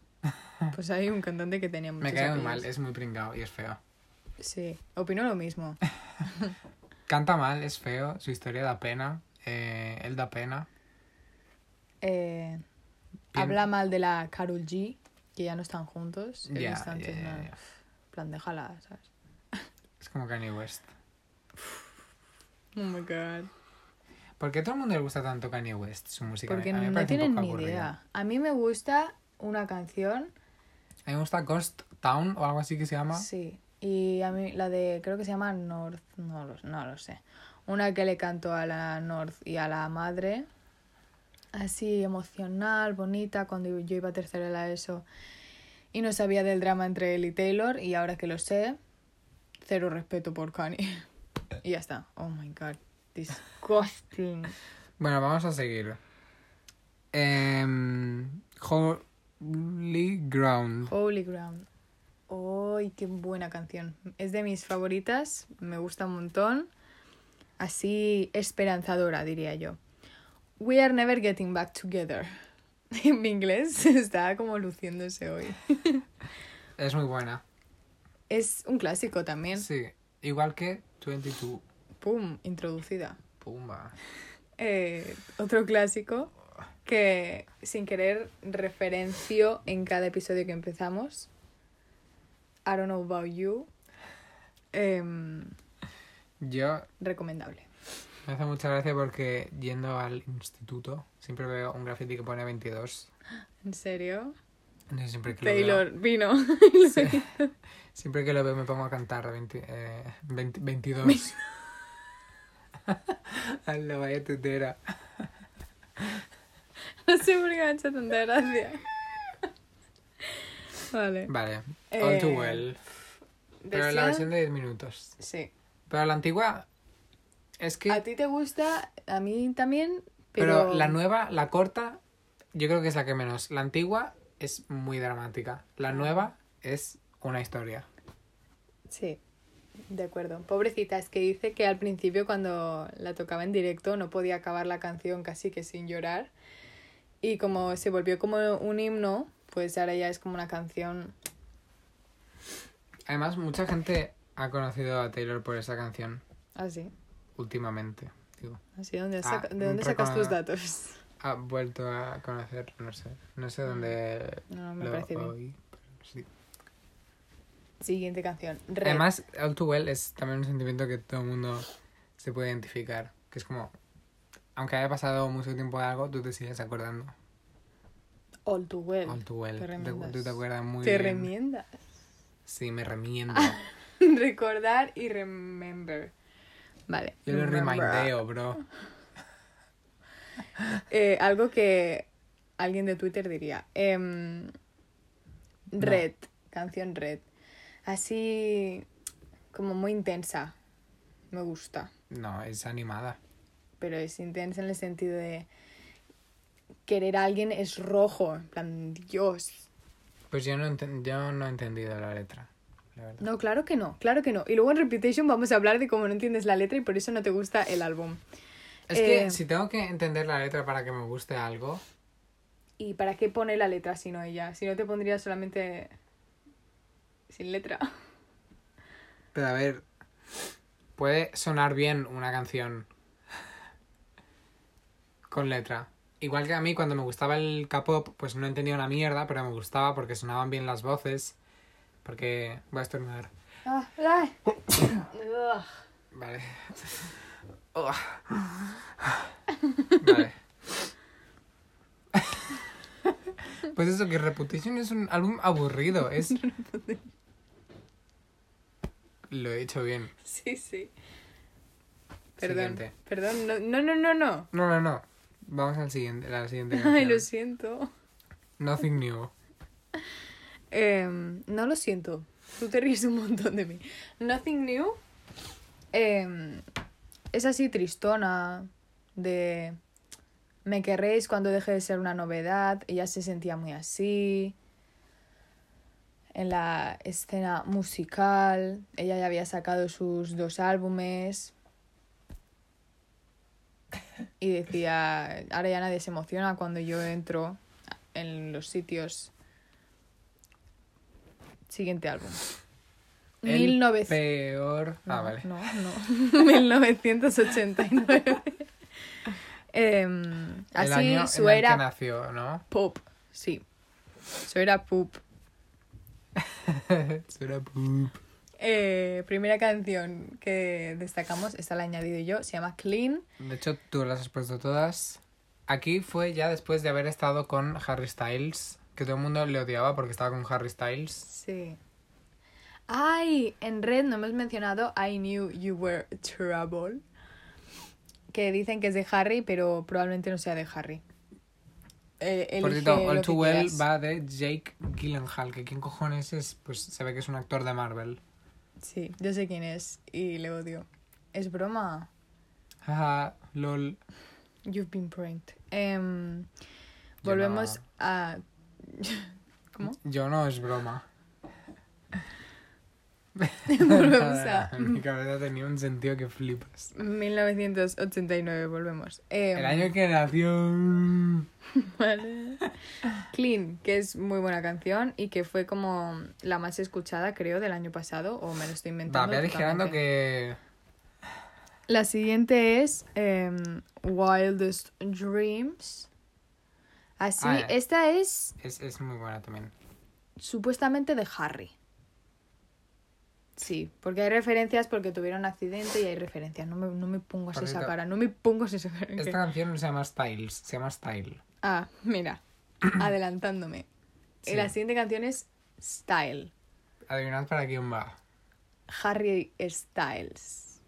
Speaker 1: Pues hay un cantante que tenía muchos
Speaker 2: Me cae muy
Speaker 1: apellidos.
Speaker 2: mal, eh. es muy pringado y es feo.
Speaker 1: Sí, opino lo mismo.
Speaker 2: Canta mal, es feo, su historia da pena, eh, él da pena.
Speaker 1: Eh,
Speaker 2: Bien.
Speaker 1: habla mal de la Carol G, que ya no están juntos. He
Speaker 2: Ya,
Speaker 1: visto antes,
Speaker 2: ya, ya,
Speaker 1: ¿no?
Speaker 2: ya.
Speaker 1: En plan, déjala, ¿sabes?
Speaker 2: Es como Kanye West.
Speaker 1: Oh my god.
Speaker 2: ¿Por qué a todo el mundo le gusta tanto Kanye West, su música?
Speaker 1: Porque
Speaker 2: A mí me
Speaker 1: no
Speaker 2: parece un
Speaker 1: tienen
Speaker 2: poco
Speaker 1: ni
Speaker 2: aburrida.
Speaker 1: idea. A mí me gusta una canción,
Speaker 2: A mí me gusta Ghost Town o algo así que se llama.
Speaker 1: sí. Y a mí la de, creo que se llama North, no lo, no lo sé. Una que le canto a la North y a la madre. Así emocional, bonita, cuando yo iba a tercera de la ESO. Y no sabía del drama entre él y Taylor, y ahora que lo sé, cero respeto por Kanye. Y ya está. Oh my god. Disgusting.
Speaker 2: Bueno, vamos a seguir. Em, Holy Ground.
Speaker 1: Holy Ground. ¡Ay, qué buena canción! Es de mis favoritas, me gusta un montón. Así esperanzadora, diría yo. We are never getting back together. En mi inglés está como luciéndose hoy.
Speaker 2: Es muy buena.
Speaker 1: Es un clásico también.
Speaker 2: Sí, igual que 22.
Speaker 1: ¡Pum! Introducida.
Speaker 2: Pumba.
Speaker 1: Eh, otro clásico que sin querer referencio en cada episodio que empezamos. I don't know about you. Em,
Speaker 2: Yo
Speaker 1: recomendable.
Speaker 2: me hace mucha gracia porque yendo al instituto siempre veo un graffiti que pone 22.
Speaker 1: ¿En serio?
Speaker 2: Entonces siempre que lo veo,
Speaker 1: Taylor vino.
Speaker 2: siempre que lo veo me pongo a cantar 20, eh, 20 22. A la vaya tutera.
Speaker 1: no sé por qué me ha hecho tanta gracia. Vale.
Speaker 2: Vale, all too
Speaker 1: Eh,
Speaker 2: well. Pero la
Speaker 1: Decía-
Speaker 2: versión de 10 minutos.
Speaker 1: Sí.
Speaker 2: Pero la antigua es que...
Speaker 1: A ti te gusta, a mí también, Ah, pero...
Speaker 2: Pero... la nueva, la corta, yo creo que es la que menos. La antigua es muy dramática. La nueva es una historia.
Speaker 1: Sí, de acuerdo. Pobrecita, es que dice que al principio cuando la tocaba en directo no podía acabar la canción casi que sin llorar. Y como se volvió como un himno, pues ahora ya es como una canción...
Speaker 2: Además, mucha gente ha conocido a Taylor por esa canción
Speaker 1: Así,
Speaker 2: últimamente. Digo,
Speaker 1: así, ¿dónde has
Speaker 2: Ah,
Speaker 1: saca- ¿de dónde sacas tus
Speaker 2: recuerda-
Speaker 1: datos?
Speaker 2: ha vuelto a conocer, no sé, no sé dónde
Speaker 1: No, me
Speaker 2: lo
Speaker 1: parece bien.
Speaker 2: oí, pero sí.
Speaker 1: Siguiente canción. Red.
Speaker 2: Además, All Too Well es también un sentimiento que todo el mundo se puede identificar. Que es como, aunque haya pasado mucho tiempo de algo, tú te sigues acordando.
Speaker 1: All Too Well.
Speaker 2: All Too Well.
Speaker 1: Te
Speaker 2: Te-
Speaker 1: remiendas.
Speaker 2: tú te acuerdas muy
Speaker 1: Te Ah,
Speaker 2: bien.
Speaker 1: remiendas.
Speaker 2: Sí, me remiendo.
Speaker 1: Recordar y remember. Vale.
Speaker 2: Yo lo
Speaker 1: Remember.
Speaker 2: remindeo, bro.
Speaker 1: Eh, algo que alguien de Twitter diría. em, red, canción red. Así como muy intensa. Me gusta.
Speaker 2: No, es animada.
Speaker 1: Pero es intensa en el sentido de querer a alguien es rojo. En plan, Dios.
Speaker 2: Pues yo no, enten- yo no he entendido la letra, la verdad.
Speaker 1: No, claro que no, claro que no. Y luego en Reputation vamos a hablar de cómo no entiendes la letra y por eso no te gusta el álbum.
Speaker 2: Es que
Speaker 1: Eh,
Speaker 2: si tengo que entender la letra para que me guste algo,
Speaker 1: ¿Y para qué pone la letra si no ella? Si no te pondría solamente sin letra.
Speaker 2: pero a ver, puede sonar bien una canción con letra. Igual que a mí cuando me gustaba el K-pop, pues no entendía una mierda, pero me gustaba porque sonaban bien las voces, porque voy a estornudar.
Speaker 1: Ah, ay. Ugh.
Speaker 2: Vale.
Speaker 1: Oh.
Speaker 2: Ugh. Vale. Pues eso, que Reputation es un álbum aburrido. Es. Lo he hecho bien.
Speaker 1: Sí, sí. Perdón.
Speaker 2: Siguiente.
Speaker 1: Perdón, no, no, no, no. no.
Speaker 2: No, no, no. Vamos al siguiente, a la siguiente
Speaker 1: Ay,
Speaker 2: canción.
Speaker 1: lo siento.
Speaker 2: Nothing new.
Speaker 1: Em, no lo siento. Tú te ríes un montón de mí. Nothing New em, es así tristona de... Me querréis cuando deje de ser una novedad. Ella se sentía muy así. En la escena musical, ella ya había sacado sus dos álbumes. Y decía, ahora ya nadie se emociona cuando yo entro en los sitios. Siguiente álbum.
Speaker 2: El
Speaker 1: 1900.
Speaker 2: Peor. Ah,
Speaker 1: No,
Speaker 2: vale.
Speaker 1: No, no. 1989. Em,
Speaker 2: El
Speaker 1: así
Speaker 2: año en
Speaker 1: su
Speaker 2: el que
Speaker 1: era
Speaker 2: nació, ¿no?
Speaker 1: pop. Sí. Su era pop.
Speaker 2: Su era poop.
Speaker 1: Eh, primera canción que destacamos, esta la he añadido yo, se llama Clean.
Speaker 2: De hecho, tú las has puesto todas. Aquí fue ya después de haber estado con Harry Styles, que todo el mundo le odiaba porque estaba con Harry Styles.
Speaker 1: Sí. Ay, en red no hemos mencionado I Knew You Were Trouble. Que dicen que es de Harry, pero probablemente no sea de Harry. Eh,
Speaker 2: Por
Speaker 1: elige
Speaker 2: cierto,
Speaker 1: lo
Speaker 2: All
Speaker 1: que
Speaker 2: Too Well
Speaker 1: quieras.
Speaker 2: va de Jake Gyllenhaal, que quién cojones es, pues se ve que es un actor de Marvel.
Speaker 1: Sí, yo sé quién es y le odio. Es broma.
Speaker 2: Jaja, lol.
Speaker 1: You've been pranked. Em,
Speaker 2: Yo
Speaker 1: volvemos
Speaker 2: no-
Speaker 1: a. ¿Cómo?
Speaker 2: Yo no es broma.
Speaker 1: volvemos a.
Speaker 2: En Mi cabeza tenía un sentido que flipas.
Speaker 1: 1989, volvemos. Em,
Speaker 2: El año que nació.
Speaker 1: vale. Clean, que es muy buena canción y que fue como la más escuchada, creo, del año pasado, o me lo estoy
Speaker 2: Va,
Speaker 1: inventando.
Speaker 2: voy aligerando
Speaker 1: totalmente.
Speaker 2: que.
Speaker 1: La siguiente es em, Wildest Dreams. Así,
Speaker 2: Ah,
Speaker 1: esta es
Speaker 2: Es, es muy buena también.
Speaker 1: supuestamente de Harry. Sí, porque hay referencias porque tuvieron accidente y hay referencias. No me, no me pongas
Speaker 2: Por
Speaker 1: esa
Speaker 2: cierto,
Speaker 1: cara, no me pongas esa cara.
Speaker 2: Esta canción no se llama Styles, se llama Style.
Speaker 1: Ah, mira, adelantándome.
Speaker 2: Sí.
Speaker 1: La siguiente canción es Style.
Speaker 2: Adivinad para quién va.
Speaker 1: Harry Styles.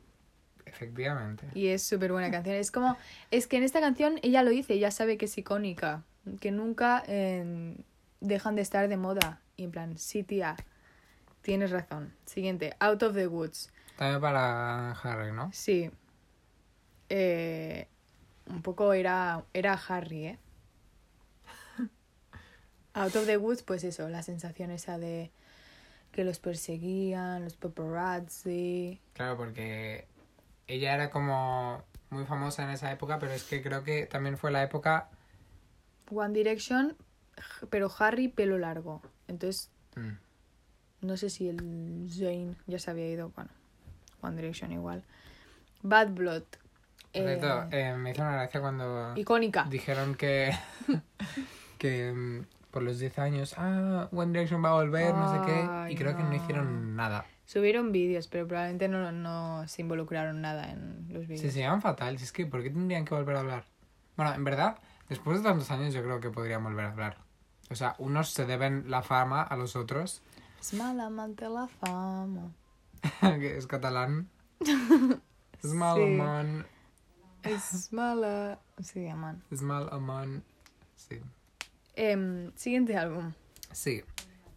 Speaker 2: Efectivamente.
Speaker 1: Y es súper buena canción. Es como, es que en esta canción ella lo dice, ella sabe que es icónica, que nunca eh, dejan de estar de moda. Y en plan, sí, tía, tienes razón. Siguiente, Out of the Woods.
Speaker 2: También para Harry, ¿no?
Speaker 1: Sí. Eh, un poco era, era Harry, ¿eh? Out of the Woods, pues eso, la sensación esa de que los perseguían, los paparazzi.
Speaker 2: Claro, porque ella era como muy famosa en esa época, pero es que creo que también fue la época...
Speaker 1: One Direction, j- pero Harry pelo largo. Entonces,
Speaker 2: Mm,
Speaker 1: no sé si el Zayn ya se había ido, bueno, One Direction igual. Bad Blood.
Speaker 2: por cierto,
Speaker 1: eh,
Speaker 2: eh, me hizo una gracia cuando
Speaker 1: icónica.
Speaker 2: dijeron que... que mm, por los 10 años, ah, One Direction va a volver, no sé qué,
Speaker 1: Ay,
Speaker 2: y creo que no
Speaker 1: no.
Speaker 2: hicieron nada.
Speaker 1: Subieron vídeos, pero probablemente no, no se involucraron nada en los vídeos.
Speaker 2: Se llevan fatal, si es que ¿por qué tendrían que volver a hablar? Bueno, en verdad, después de tantos años yo creo que podrían volver a hablar. O sea, unos se deben la fama a los otros,
Speaker 1: Es mal amante la fama.
Speaker 2: que es catalán. Es mal
Speaker 1: Sí.
Speaker 2: amant,
Speaker 1: Es mala. Se llaman.
Speaker 2: es mal amant. Sí.
Speaker 1: Em, siguiente álbum.
Speaker 2: Sí.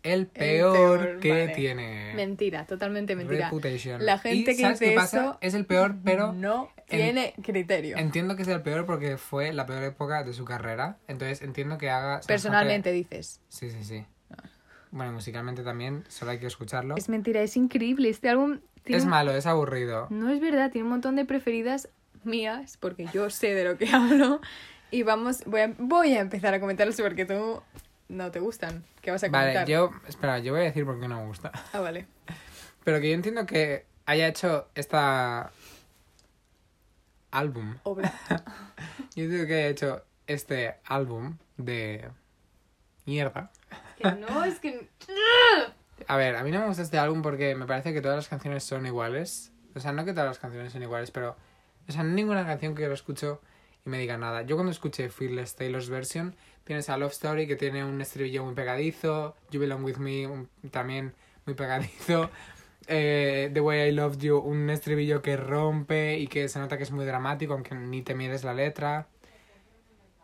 Speaker 2: El peor,
Speaker 1: peor,
Speaker 2: que
Speaker 1: vale.
Speaker 2: tiene.
Speaker 1: Mentira, totalmente mentira.
Speaker 2: Eh. Reputation.
Speaker 1: La gente
Speaker 2: Y,
Speaker 1: que
Speaker 2: ¿sabes
Speaker 1: dice
Speaker 2: qué pasa?
Speaker 1: eso-
Speaker 2: Es el peor, pero
Speaker 1: no tiene criterio.
Speaker 2: entiendo que es el peor porque fue la peor época de su carrera. Entonces entiendo que haga.
Speaker 1: Personalmente dices.
Speaker 2: Sí, sí, sí. Bueno, musicalmente también, solo hay que escucharlo.
Speaker 1: Es
Speaker 2: Es,
Speaker 1: mentira, es increíble. Este álbum tiene-
Speaker 2: malo, es aburrido.
Speaker 1: No es verdad, tiene un montón de preferidas mías, porque yo sé de lo que hablo. Y vamos, voy a, voy a empezar a comentarlos porque tú no te gustan. ¿Qué vas a comentar?
Speaker 2: Vale, yo. Espera, yo voy a decir por qué no me gusta.
Speaker 1: Ah, vale.
Speaker 2: Pero que yo entiendo que haya hecho esta. álbum.
Speaker 1: Obra.
Speaker 2: Yo entiendo que haya hecho este álbum de. mierda.
Speaker 1: Que no, es que.
Speaker 2: A ver, a mí no me gusta este álbum porque me parece que todas las canciones son iguales. O sea, no que todas las canciones son iguales, pero... O sea, ninguna canción que yo la escucho y me diga nada. Yo cuando escuché Fearless Taylor's version, tienes a Love Story que tiene un estribillo muy pegadizo, You Belong With Me un- también muy pegadizo, eh, The Way I Loved You un estribillo que rompe y que se nota que es muy dramático, aunque ni te mires la letra.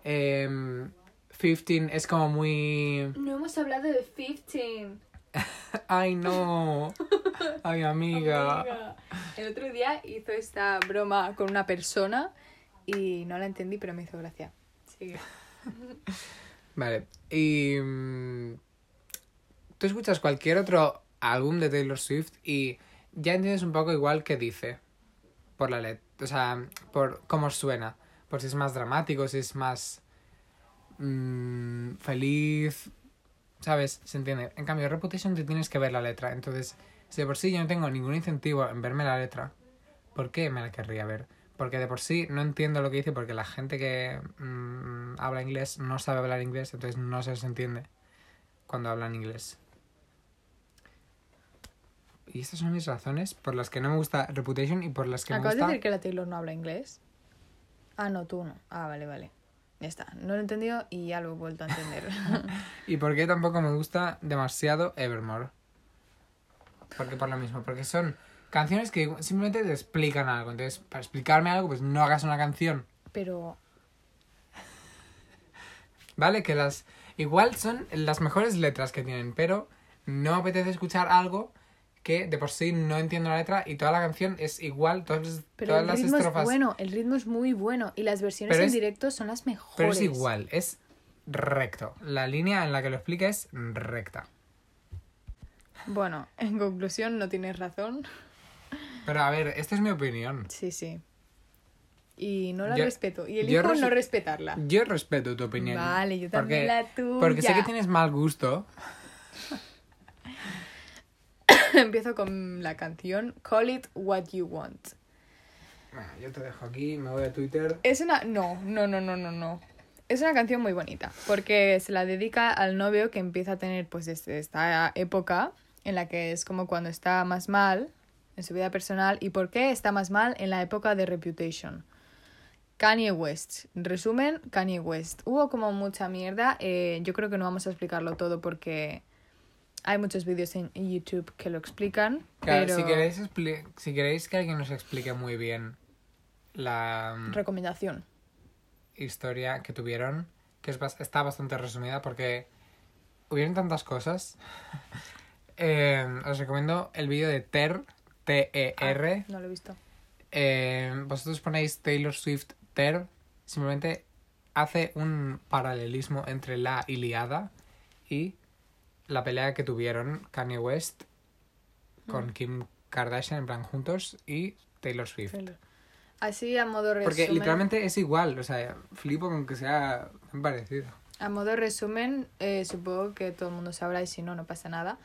Speaker 2: Em, 15 es como muy...
Speaker 1: No hemos hablado de 15.
Speaker 2: Ay, no. Ay, amiga.
Speaker 1: El otro día hizo esta broma con una persona y no la entendí, pero me hizo gracia. Sigue.
Speaker 2: Vale. Y... mm, Tú escuchas cualquier otro álbum de Taylor Swift y ya entiendes un poco igual que dice. Por la letra. O sea, por cómo suena. Por si es más dramático, si es más... mm, feliz. ¿Sabes? Se entiende. En cambio, Reputation te tienes que ver la letra. Entonces, si de por sí yo no tengo ningún incentivo en verme la letra, ¿por qué me la querría ver? Porque de por sí no entiendo lo que dice, porque la gente que mm, habla inglés no sabe hablar inglés, entonces no se les entiende cuando hablan inglés. Y estas son mis razones por las que no me gusta Reputation y por las que me
Speaker 1: ¿Acabas de
Speaker 2: gusta...
Speaker 1: decir que la Taylor no habla inglés? Ah, no, tú no. Ah, vale, vale. Ya está. No lo he entendido y ya lo he vuelto a entender.
Speaker 2: ¿Y por qué tampoco me gusta demasiado Evermore? Porque por lo mismo, porque son canciones que simplemente te explican algo. Entonces, para explicarme algo, pues no hagas una canción.
Speaker 1: pero
Speaker 2: ¿Vale? Que las. Igual son las mejores letras que tienen, pero no me apetece escuchar algo que de por sí no entiendo la letra y toda la canción es igual, todas,
Speaker 1: Pero
Speaker 2: todas
Speaker 1: el
Speaker 2: las
Speaker 1: ritmo
Speaker 2: estrofas.
Speaker 1: es bueno, el ritmo es muy bueno y las versiones
Speaker 2: Pero
Speaker 1: en
Speaker 2: es-
Speaker 1: directo son las mejores.
Speaker 2: pero es igual, es recto. La línea en la que lo explica es recta.
Speaker 1: Bueno, en conclusión, no tienes razón.
Speaker 2: Pero a ver, esta es mi opinión.
Speaker 1: Sí, sí. Y no la
Speaker 2: Yo-
Speaker 1: respeto. Y elijo
Speaker 2: yo
Speaker 1: no
Speaker 2: resu-
Speaker 1: respetarla.
Speaker 2: Yo respeto tu opinión.
Speaker 1: Vale, yo también
Speaker 2: porque-
Speaker 1: la tuya.
Speaker 2: Porque sé que tienes mal gusto.
Speaker 1: Empiezo con la canción Call It What You Want.
Speaker 2: Bueno, yo te dejo aquí, me voy a Twitter.
Speaker 1: Es una... No, no, no, no, no, no. Es una canción muy bonita porque se la dedica al novio que empieza a tener pues desde esta época en la que es como cuando está más mal en su vida personal y por qué está más mal en la época de Reputation. Kanye West. Resumen, Kanye West. Hubo como mucha mierda. eh, yo creo que no vamos a explicarlo todo porque hay muchos vídeos en en YouTube que lo explican.
Speaker 2: Claro,
Speaker 1: pero
Speaker 2: si, queréis expli- si queréis que alguien nos explique muy bien la mm,
Speaker 1: recomendación.
Speaker 2: historia que tuvieron, que es bas- está bastante resumida porque hubieron tantas cosas. Eh, os recomiendo el vídeo de Ter, E T-E-R.
Speaker 1: Ah, No lo he visto.
Speaker 2: Eh, vosotros ponéis Taylor Swift Ter, simplemente hace un paralelismo entre la Iliada y la pelea que tuvieron Kanye West
Speaker 1: Mm.
Speaker 2: con Kim Kardashian, en plan juntos, y Taylor Swift.
Speaker 1: Así a modo resumen.
Speaker 2: Porque literalmente es igual, o sea, flipo con que sea tan parecido.
Speaker 1: A modo resumen, eh, supongo que todo el mundo sabrá y si no, no pasa nada.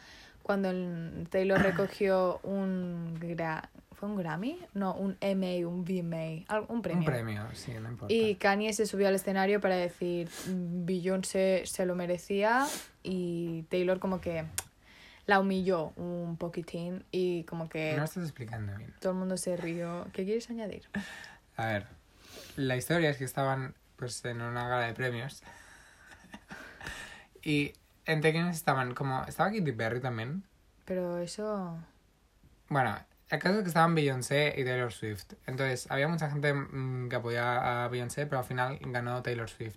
Speaker 1: Cuando el Taylor recogió un gra- ¿fue un Grammy? No, un MA, un VMA, al- un premio.
Speaker 2: Un premio, sí, no importa.
Speaker 1: Y Kanye se subió al escenario para decir "Mm, Beyoncé se lo merecía y Taylor como que la humilló un poquitín y como que
Speaker 2: No estás explicando bien.
Speaker 1: todo el mundo se rió. ¿Qué quieres añadir?
Speaker 2: A ver, la historia es que estaban pues en una gala de premios. y entre quienes estaban, como estaba Katy Perry también.
Speaker 1: Pero eso...
Speaker 2: Bueno, el caso es que estaban Beyoncé y Taylor Swift. Entonces, había mucha gente mm, que apoyaba a Beyoncé, pero al final ganó Taylor Swift.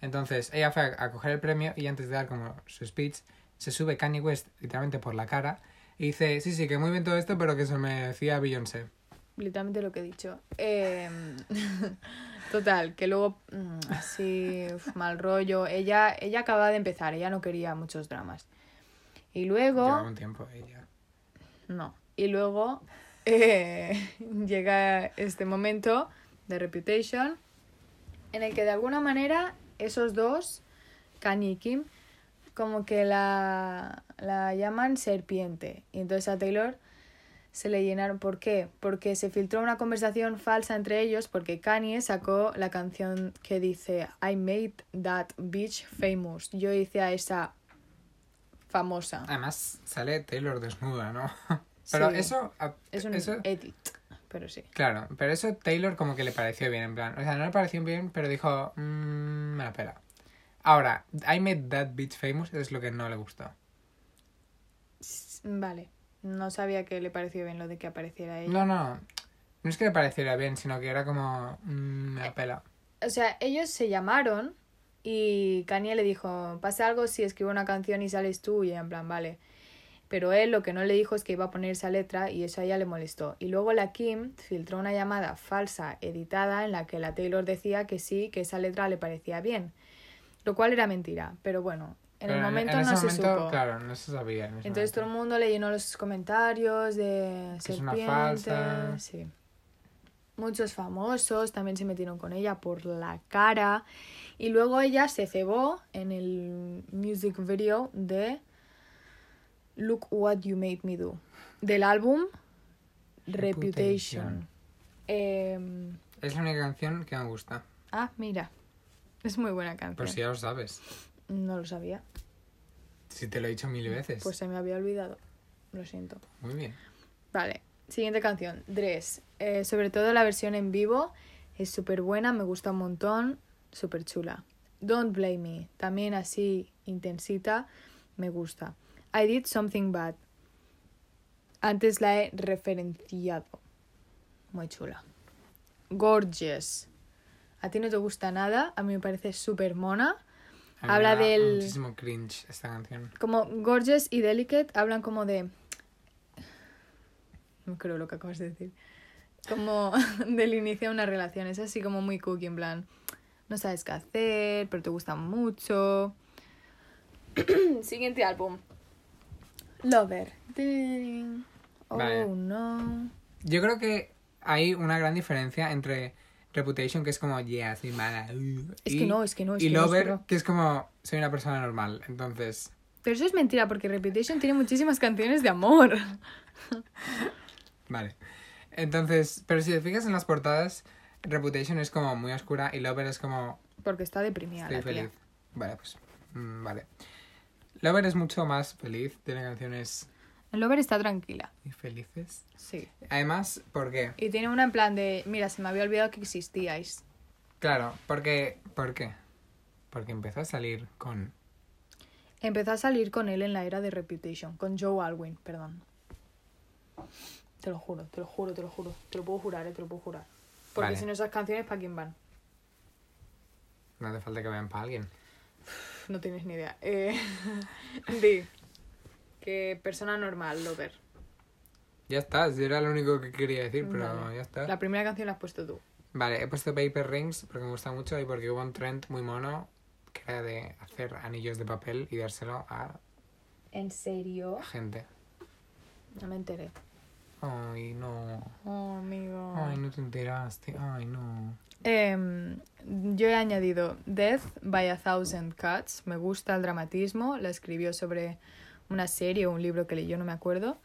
Speaker 2: Entonces, ella fue a, a coger el premio y antes de dar como su speech, se sube Kanye West literalmente por la cara y dice, sí, sí, que muy bien todo esto, pero que se me decía Beyoncé.
Speaker 1: Literalmente lo que he dicho. Eh, total, que luego mm, así uf, mal rollo. Ella, ella acababa de empezar, ella no quería muchos dramas. Y luego...
Speaker 2: Llevaba un tiempo ella.
Speaker 1: No. Y luego eh, llega este momento de Reputation en el que de alguna manera esos dos, Kanye y Kim, como que la, la llaman serpiente. Y entonces a Taylor se le llenaron. ¿Por qué? Porque se filtró una conversación falsa entre ellos porque Kanye sacó la canción que dice I made that bitch famous. Yo hice a esa famosa.
Speaker 2: Además, sale Taylor desnuda, ¿no? Pero
Speaker 1: Sí.
Speaker 2: eso... a-
Speaker 1: Es un eh,
Speaker 2: eso
Speaker 1: edit, pero sí.
Speaker 2: Claro, pero eso Taylor como que le pareció bien, en plan... O sea, no le pareció bien, pero dijo... "Mm, me la pela. Ahora, I made that bitch famous es lo que no le gustó.
Speaker 1: Vale. No sabía que le pareció bien lo de que apareciera ella.
Speaker 2: No, no. No es que le pareciera bien, sino que era como... "Mm, me
Speaker 1: Eh,
Speaker 2: la pela.
Speaker 1: O sea, ellos se llamaron y Kanye le dijo, pasa algo si escribo una canción y sales tú y ella en plan, vale. Pero él lo que no le dijo es que iba a poner esa letra y eso a ella le molestó. Y luego la Kim filtró una llamada falsa editada en la que la Taylor decía que sí, que esa letra le parecía bien. Lo cual era mentira, pero bueno, en el
Speaker 2: Pero
Speaker 1: momento
Speaker 2: en
Speaker 1: no
Speaker 2: ese
Speaker 1: se
Speaker 2: momento,
Speaker 1: supo.
Speaker 2: Claro, no se sabía. en ese
Speaker 1: Entonces todo el
Speaker 2: momento.
Speaker 1: mundo le llenó los comentarios de
Speaker 2: Que es una
Speaker 1: serpiente,
Speaker 2: falsa.
Speaker 1: sí. Muchos famosos también se metieron con ella por la cara. Y luego ella se cebó en el music video de Look What You Made Me Do. Del álbum Reputation.
Speaker 2: Reputation.
Speaker 1: Em,
Speaker 2: Es la única canción que me gusta,
Speaker 1: ah, mira. Es muy buena canción.
Speaker 2: por si ya lo sabes.
Speaker 1: No lo sabía.
Speaker 2: Si te lo he dicho mil veces.
Speaker 1: Pues se me había olvidado. Lo siento.
Speaker 2: Muy bien.
Speaker 1: Vale, siguiente canción, Dress. Eh, sobre todo la versión en vivo es súper buena, me gusta un montón, súper chula. Don't Blame Me, también así intensita, me gusta. I Did Something Bad. Antes la he referenciado. Muy chula. Gorgeous. A ti no te gusta nada, a mí me parece súper mona.
Speaker 2: A mí me
Speaker 1: Habla
Speaker 2: da
Speaker 1: del-
Speaker 2: Muchísimo cringe esta canción.
Speaker 1: Como gorgeous y delicate hablan como de. No creo lo que acabas de decir. Como del inicio de una relación. Es así como muy cookie, en plan. No sabes qué hacer, pero te gusta mucho. Siguiente álbum: Lover. Tin. Oh
Speaker 2: Vale.
Speaker 1: no.
Speaker 2: Yo creo que hay una gran diferencia entre Reputation, que es como, yeah, soy mala. uh,
Speaker 1: Es
Speaker 2: y,
Speaker 1: que no, es que no, es
Speaker 2: y
Speaker 1: que no, es
Speaker 2: Lover,
Speaker 1: que no.
Speaker 2: que es como, soy una persona normal. Entonces,
Speaker 1: Pero eso es mentira, porque Reputation tiene muchísimas canciones de amor.
Speaker 2: vale. Entonces, pero si te fijas en las portadas, Reputation es como muy oscura y Lover es como,
Speaker 1: Porque está deprimida
Speaker 2: estoy
Speaker 1: la tía.
Speaker 2: feliz. Vale, pues, mm, vale. Lover es mucho más feliz, tiene canciones
Speaker 1: En Lover está tranquila.
Speaker 2: Y felices.
Speaker 1: Sí.
Speaker 2: Además, ¿por qué?
Speaker 1: Y tiene una en plan de, mira, se me había olvidado que existíais.
Speaker 2: Claro, porque. ¿Por qué? Porque empezó a salir con.
Speaker 1: Empezó a salir con él en la era de Reputation, con Joe Alwyn, perdón. Te lo juro, te lo juro, te lo juro. Te lo puedo jurar, eh, te lo puedo jurar. Porque
Speaker 2: Vale.
Speaker 1: si no esas canciones, ¿para quién van?
Speaker 2: No hace falta que vean para alguien.
Speaker 1: Pff, No tienes ni idea. Eh, di que persona normal, Lover.
Speaker 2: Ya está, si era lo único que quería decir, pero
Speaker 1: Vale.
Speaker 2: ya está.
Speaker 1: La primera canción la has puesto tú.
Speaker 2: Vale, he puesto Paper Rings porque me gusta mucho y porque hubo un trend muy mono que era de hacer anillos de papel y dárselo a
Speaker 1: ¿En serio?
Speaker 2: gente.
Speaker 1: No me enteré.
Speaker 2: Ay, no.
Speaker 1: Oh, amigo.
Speaker 2: Ay, no te enteraste. Ay, no.
Speaker 1: Em, yo he añadido Death by a Thousand Cuts. Me gusta el dramatismo. La escribió sobre una serie o un libro que leyó, no me acuerdo.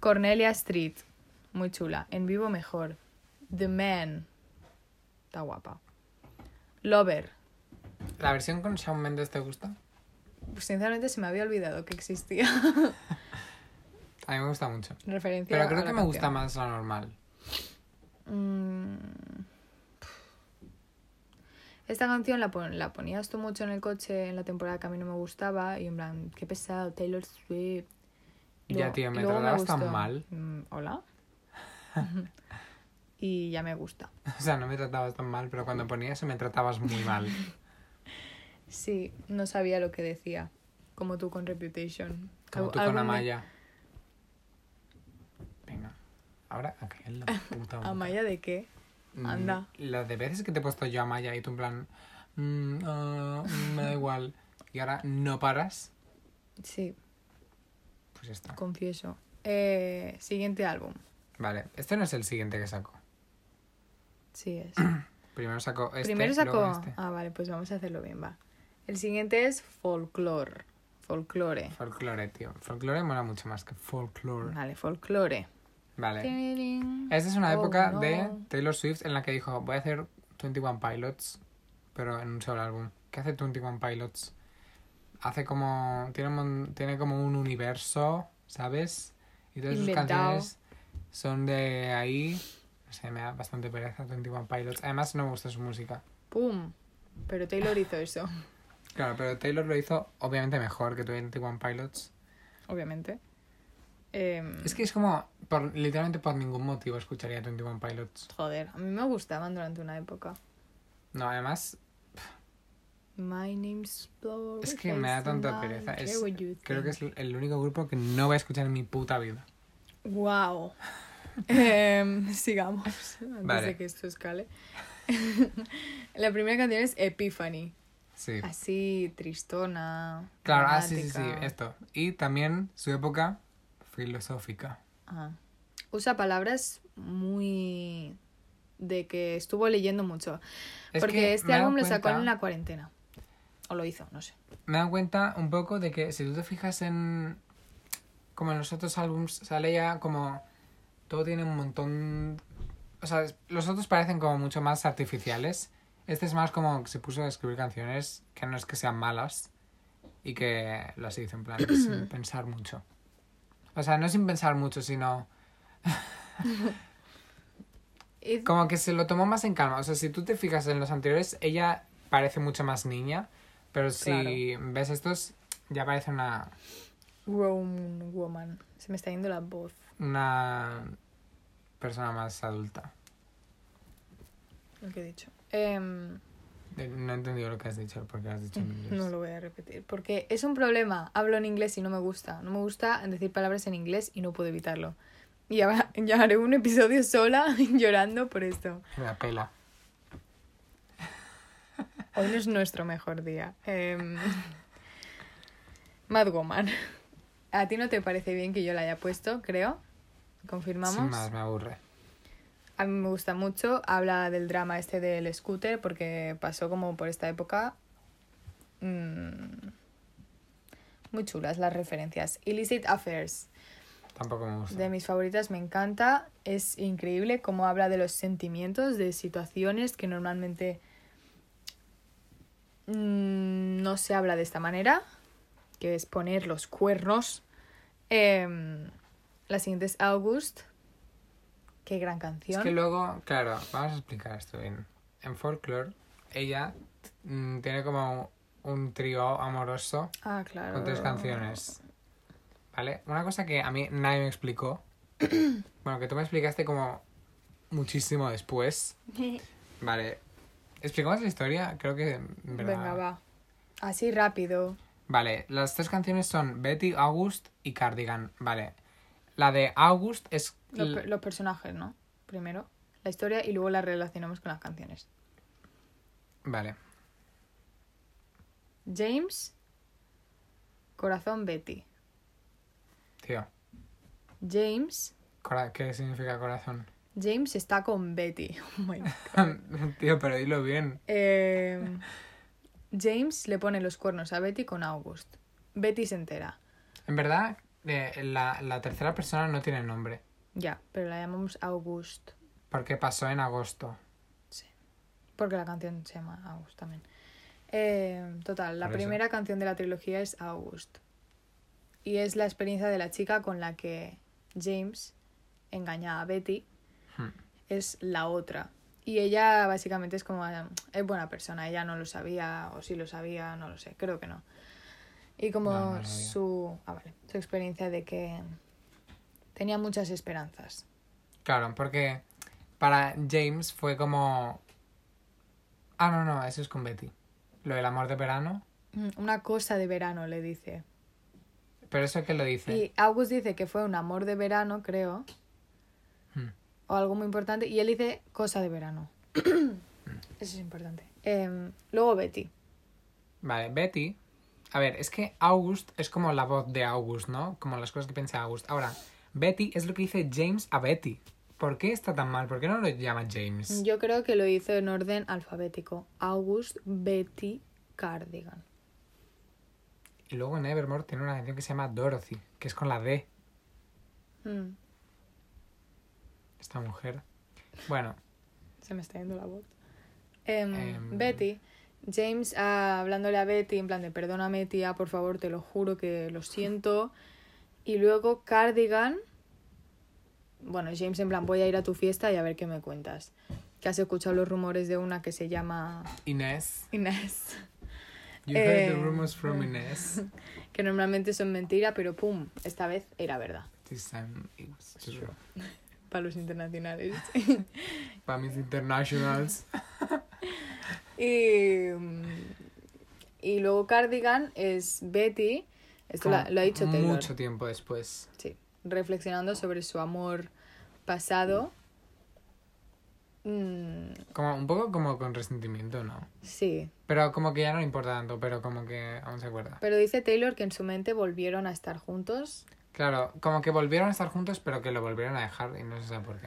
Speaker 1: Cornelia Street. Muy chula. En vivo mejor. The Man. Está guapa. Lover.
Speaker 2: ¿La versión con Shawn Mendes te gusta?
Speaker 1: Pues, Sinceramente se me había olvidado que existía.
Speaker 2: A mí me gusta mucho.
Speaker 1: Referencia
Speaker 2: Pero
Speaker 1: a
Speaker 2: creo
Speaker 1: la
Speaker 2: que me
Speaker 1: canción.
Speaker 2: gusta más la normal.
Speaker 1: Mm. Esta canción la, pon- la ponías tú mucho en el coche en la temporada que a mí no me gustaba y en plan, qué pesado, Taylor Swift. Y
Speaker 2: Ya,
Speaker 1: luego-
Speaker 2: tío, me
Speaker 1: y luego
Speaker 2: tratabas tan
Speaker 1: gustó.
Speaker 2: mal.
Speaker 1: Mm, Hola. y ya me gusta.
Speaker 2: O sea, no me tratabas tan mal, pero cuando ponía eso me tratabas muy mal.
Speaker 1: Sí, no sabía lo que decía, como tú con Reputation.
Speaker 2: Como
Speaker 1: Al-
Speaker 2: tú con
Speaker 1: algún día-
Speaker 2: Amaya. Venga. Ahora, a caer la puta boca.
Speaker 1: ¿Amaya de qué?
Speaker 2: Mm,
Speaker 1: anda.
Speaker 2: Las de veces que te he puesto yo Amaya y tú en plan... mm, ah, me da igual. Y ahora no paras.
Speaker 1: Sí,
Speaker 2: Pues ya está.
Speaker 1: confieso. Eh, siguiente álbum.
Speaker 2: Vale. Este no es el siguiente que saco.
Speaker 1: Sí, es.
Speaker 2: Primero saco este,
Speaker 1: Primero
Speaker 2: luego
Speaker 1: sacó.
Speaker 2: este.
Speaker 1: Ah, vale, pues vamos a hacerlo bien, va. El siguiente es folklore. Folklore.
Speaker 2: Folklore, tío. Folklore mola mucho más que folklore.
Speaker 1: Vale, folklore.
Speaker 2: Vale.
Speaker 1: Tiring.
Speaker 2: Esta es una
Speaker 1: Oh,
Speaker 2: época
Speaker 1: no.
Speaker 2: de Taylor Swift en la que dijo, voy a hacer 21 Pilots, pero en un solo álbum. ¿Qué hace 21 Pilots? Hace como... Tiene, un mon- tiene como un universo, ¿sabes? Y todas sus
Speaker 1: Inventado.
Speaker 2: canciones son de ahí. No sé, me da bastante pereza 21 Pilots. Además no me gusta su música.
Speaker 1: ¡Pum! Pero Taylor hizo eso,
Speaker 2: Claro, pero Taylor lo hizo obviamente mejor que 21 Pilots.
Speaker 1: obviamente. Em,
Speaker 2: Es que es como... Por, literalmente por ningún motivo escucharía 21 Pilots.
Speaker 1: Joder, a mí me gustaban durante una época.
Speaker 2: No, además
Speaker 1: My name's Blower.
Speaker 2: Es que me da tanta pereza, es- Creo que es el único grupo que no voy a escuchar en mi puta vida.
Speaker 1: ¡Wow! Em, sigamos. Antes
Speaker 2: Vale.
Speaker 1: de que esto escale. La primera canción es Epiphany.
Speaker 2: Sí.
Speaker 1: Así, tristona.
Speaker 2: Claro, ah, sí, sí, sí,
Speaker 1: dramática.
Speaker 2: esto. Y también su época filosófica.
Speaker 1: Ajá. Usa palabras muy. de que estuvo leyendo mucho.
Speaker 2: Es que
Speaker 1: porque este
Speaker 2: me he dado
Speaker 1: álbum lo sacó
Speaker 2: cuenta-
Speaker 1: en la cuarentena. O lo hizo, no sé.
Speaker 2: Me he dado cuenta un poco de que si tú te fijas en... Como en los otros álbums sale ya como... Todo tiene un montón... O sea, es- los otros parecen como mucho más artificiales. Este es más como que se puso a escribir canciones que no es que sean malas y que las hizo en plan sin pensar mucho. O sea, no sin pensar mucho, sino...
Speaker 1: Y-
Speaker 2: Como que se lo tomó más en calma. O sea, si tú te fijas en los anteriores, ella parece mucho más niña. Pero si ves estos, ya parece una.
Speaker 1: Grown Woman. Se me está yendo la voz.
Speaker 2: Una. Persona más adulta.
Speaker 1: Lo que he dicho. Em,
Speaker 2: Eh, No he entendido lo que has dicho, porque has dicho en inglés.
Speaker 1: Mm, no lo voy a repetir. Porque es un problema. Hablo en inglés y no me gusta. No me gusta decir palabras en inglés y no puedo evitarlo. Y ahora ya haré un episodio sola llorando por esto.
Speaker 2: Me da pela.
Speaker 1: Hoy no es nuestro mejor día. Em, Mad Woman. A ti no te parece bien que yo la haya puesto, creo.
Speaker 2: Sin
Speaker 1: Confirmamos.
Speaker 2: más, me aburre.
Speaker 1: A mí me gusta mucho. Habla del drama este del scooter porque pasó como por esta época. Mm. Muy chulas las referencias. Illicit Affairs.
Speaker 2: Tampoco me gusta.
Speaker 1: De mis favoritas me encanta. Es increíble cómo habla de los sentimientos, de situaciones que normalmente mm, no se habla de esta manera, que es poner los cuernos Em, la siguiente es August. Qué gran canción.
Speaker 2: Es que luego, claro, vamos a explicar esto bien. En Folklore, ella mm, tiene como un trío amoroso
Speaker 1: Ah, claro.
Speaker 2: con tres canciones. ¿Vale? Una cosa que a mí nadie me explicó. bueno, que tú me explicaste como muchísimo después. Vale. ¿Explicamos la historia? Creo que... en verdad-
Speaker 1: Venga, va. Así rápido.
Speaker 2: Vale, las tres canciones son Betty, August y Cardigan. Vale. La de August es...
Speaker 1: Los,
Speaker 2: l-
Speaker 1: per- los personajes, ¿no? Primero la historia y luego la relacionamos con las canciones.
Speaker 2: Vale.
Speaker 1: James, corazón Betty.
Speaker 2: Tío,
Speaker 1: James,
Speaker 2: cora- ¿qué significa corazón?
Speaker 1: James está con Betty. Oh my God.
Speaker 2: Tío, pero dilo bien.
Speaker 1: Eh, James le pone los cuernos a Betty con August. Betty se entera.
Speaker 2: En verdad, eh, la, la tercera persona no tiene nombre.
Speaker 1: Ya, pero la llamamos August.
Speaker 2: Porque pasó en agosto.
Speaker 1: Porque la canción se llama August también. Eh, total, la
Speaker 2: Por eso.
Speaker 1: primera canción de la trilogía es August. Y es la experiencia de la chica con la que James engaña a Betty.
Speaker 2: Hmm.
Speaker 1: Es la otra. Y ella básicamente es como... eh, Es buena persona. Ella no lo sabía o sí lo sabía, no lo sé. Creo que no. Y como
Speaker 2: No, no lo sabía.
Speaker 1: su... Ah, vale. Su experiencia de que tenía muchas esperanzas.
Speaker 2: Claro, porque para James fue como... Ah, no, no, eso es con Betty. Lo del amor de verano.
Speaker 1: Mm, Una cosa de verano, le dice.
Speaker 2: Pero eso que lo dice.
Speaker 1: Y August dice que fue un amor de verano, creo,
Speaker 2: Hmm.
Speaker 1: o algo muy importante, y él dice cosa de verano. Eso es importante. Em, luego Betty.
Speaker 2: Vale, Betty. A ver, es que August es como la voz de August, ¿no? Como las cosas que piensa August. Ahora, Betty es lo que dice James a Betty. ¿Por qué está tan mal? ¿Por qué no lo llama James?
Speaker 1: Yo creo que lo hizo en orden alfabético. August, Betty, Cardigan.
Speaker 2: Y luego en Evermore tiene una canción que se llama Dorothy, que es con la D,
Speaker 1: Mm,
Speaker 2: esta mujer. Bueno,
Speaker 1: se me está yendo la voz. Em,
Speaker 2: Em.
Speaker 1: Betty. James ah, hablándole a Betty en plan de perdóname tía, por favor, te lo juro que lo siento. Y luego Cardigan. Bueno, James en plan voy a ir a tu fiesta y a ver qué me cuentas. Que has escuchado los rumores de una que se llama
Speaker 2: Inés.
Speaker 1: Inés.
Speaker 2: You heard the
Speaker 1: Eh,
Speaker 2: rumors from Inés.
Speaker 1: Que normalmente son mentira, pero pum, esta vez era verdad.
Speaker 2: This time it was true.
Speaker 1: Para los internacionales.
Speaker 2: Para mis internationals.
Speaker 1: Y, mm, y luego Cardigan es Betty, esto la-
Speaker 2: Como
Speaker 1: lo ha dicho Taylor,
Speaker 2: Ah, Mucho tiempo después.
Speaker 1: sí, reflexionando sobre su amor pasado. Mm,
Speaker 2: Como, un poco como con resentimiento, ¿no?
Speaker 1: sí,
Speaker 2: Pero como que ya no le importa tanto, pero como que aún se acuerda.
Speaker 1: pero dice Taylor que en su mente volvieron a estar juntos.
Speaker 2: Claro, como que volvieron a estar juntos, pero que lo volvieron a dejar y no se sabe por qué.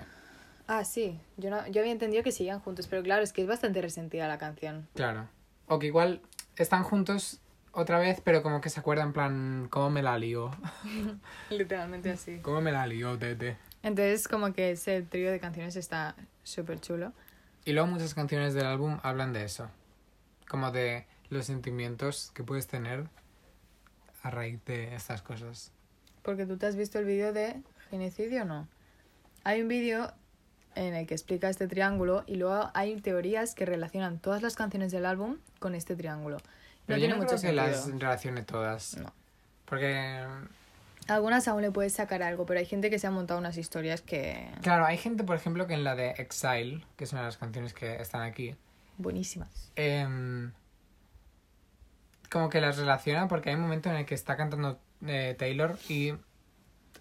Speaker 1: Ah, sí, yo, no, yo había entendido que seguían juntos, pero claro, es que es bastante resentida la canción.
Speaker 2: Claro. O que igual están juntos otra vez, pero como que se acuerdan en plan, ¿cómo me la lió?
Speaker 1: Literalmente así.
Speaker 2: ¿Cómo me la lió, tete?
Speaker 1: Entonces, como que ese trío de canciones está súper chulo.
Speaker 2: Y luego muchas canciones del álbum hablan de eso. Como de los sentimientos que puedes tener a raíz de estas cosas.
Speaker 1: Porque tú te has visto el vídeo de genocidio, ¿no? Hay un vídeo en el que explica este triángulo y luego hay teorías que relacionan todas las canciones del álbum con este triángulo. No
Speaker 2: Pero yo
Speaker 1: tiene
Speaker 2: no
Speaker 1: mucho
Speaker 2: creo que
Speaker 1: sentido.
Speaker 2: las relacione todas.
Speaker 1: No.
Speaker 2: Porque,
Speaker 1: Algunas aún le puedes sacar algo, pero hay gente que se ha montado unas historias que...
Speaker 2: claro, hay gente, por ejemplo, que en la de Exile, que es una de las canciones que están aquí,
Speaker 1: buenísimas.
Speaker 2: em, como que las relaciona porque hay un momento en el que está cantando eh, Taylor y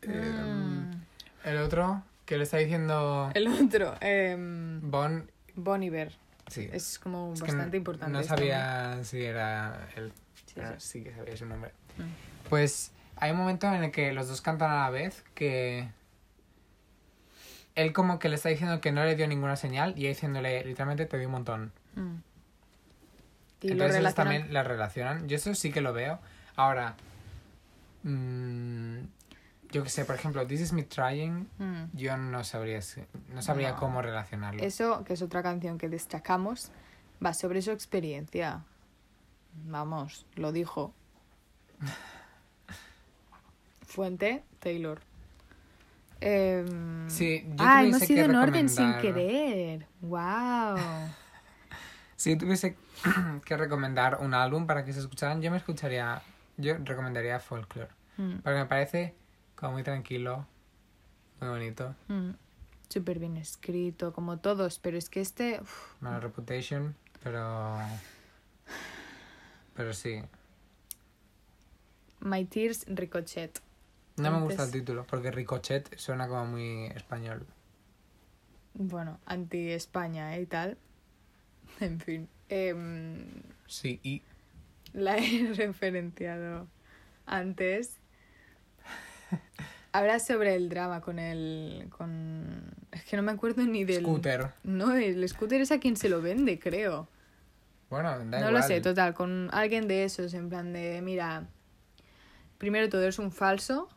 Speaker 2: em,
Speaker 1: Mm.
Speaker 2: el otro que le está diciendo
Speaker 1: El otro, eh,
Speaker 2: Bon.
Speaker 1: Bon Iver,
Speaker 2: Sí,
Speaker 1: es como
Speaker 2: es que
Speaker 1: bastante
Speaker 2: no-
Speaker 1: importante.
Speaker 2: No
Speaker 1: esto,
Speaker 2: sabía si era él,
Speaker 1: Sí,
Speaker 2: pero
Speaker 1: sí.
Speaker 2: Ah, sí que sabía su nombre.
Speaker 1: Mm.
Speaker 2: Pues hay un momento en el que los dos cantan a la vez que él como que le está diciendo que no le dio ninguna señal y ella diciéndole literalmente te dio un montón.
Speaker 1: Mm. Y lo
Speaker 2: Entonces ellos
Speaker 1: relacionan
Speaker 2: también las relacionan. Yo eso sí que lo veo. Ahora, mm, yo que sé, por ejemplo, This Is Me Trying,
Speaker 1: Mm.
Speaker 2: yo no sabría, si- no sabría
Speaker 1: No.
Speaker 2: cómo relacionarlo.
Speaker 1: Eso, que es otra canción que destacamos, va sobre su experiencia. Vamos, lo dijo. Fuente Taylor. Em,
Speaker 2: Sí, yo
Speaker 1: ah,
Speaker 2: tuviese
Speaker 1: hemos
Speaker 2: que
Speaker 1: ido en orden sin
Speaker 2: recomendar-
Speaker 1: querer. Wow.
Speaker 2: Si tuviese que recomendar un álbum para que se escucharan, yo me escucharía, yo recomendaría Folklore.
Speaker 1: Mm,
Speaker 2: Porque me parece como muy tranquilo, muy bonito.
Speaker 1: mm. Súper bien escrito, como todos, pero es que este uf,
Speaker 2: Mala reputation, pero. Pero sí.
Speaker 1: My Tears Ricochet.
Speaker 2: No me gusta el
Speaker 1: Antes-
Speaker 2: título, porque Ricochet suena como muy español.
Speaker 1: Bueno, anti España ¿eh? y tal. En fin. em,
Speaker 2: Sí, y.
Speaker 1: la he referenciado antes. Habla sobre el drama con el. con. Es que no me acuerdo ni del.
Speaker 2: Scooter.
Speaker 1: No, el scooter es a quien se lo vende, creo.
Speaker 2: Bueno, da
Speaker 1: no
Speaker 2: igual.
Speaker 1: lo sé, total, con alguien de esos, en plan de, mira, primero todo es un falso,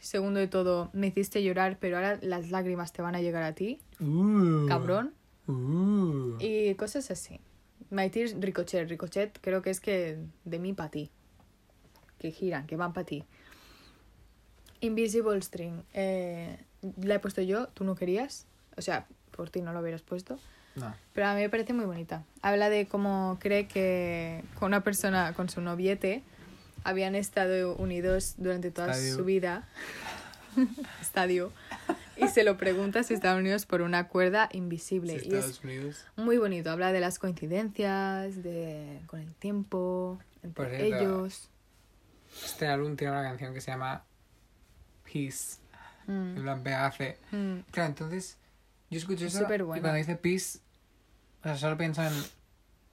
Speaker 1: segundo de todo, me hiciste llorar, pero ahora las lágrimas te van a llegar a ti,
Speaker 2: Uh,
Speaker 1: cabrón,
Speaker 2: uh.
Speaker 1: y cosas así. My tears, ricochet, ricochet, creo que es que de mí para ti, que giran, que van para ti. Invisible String, eh, la he puesto yo, tú no querías, o sea, por ti no lo hubieras puesto.
Speaker 2: No.
Speaker 1: Pero a mí me parece muy bonita. Habla de cómo cree que con una persona, con su noviete, habían estado unidos durante toda
Speaker 2: Estadio.
Speaker 1: su vida. Estadio. Y se lo pregunta si estaban unidos por una cuerda invisible.
Speaker 2: Sí,
Speaker 1: y es
Speaker 2: Estados Unidos.
Speaker 1: muy bonito. Habla de las coincidencias, de con el tiempo, entre
Speaker 2: Por cierto,
Speaker 1: ellos.
Speaker 2: Este álbum tiene una canción que se llama Peace.
Speaker 1: Mm,
Speaker 2: En plan PAC.
Speaker 1: mm.
Speaker 2: Claro, entonces yo escucho
Speaker 1: Es
Speaker 2: eso y
Speaker 1: superbuena.
Speaker 2: cuando dice pis, o sea, solo pienso en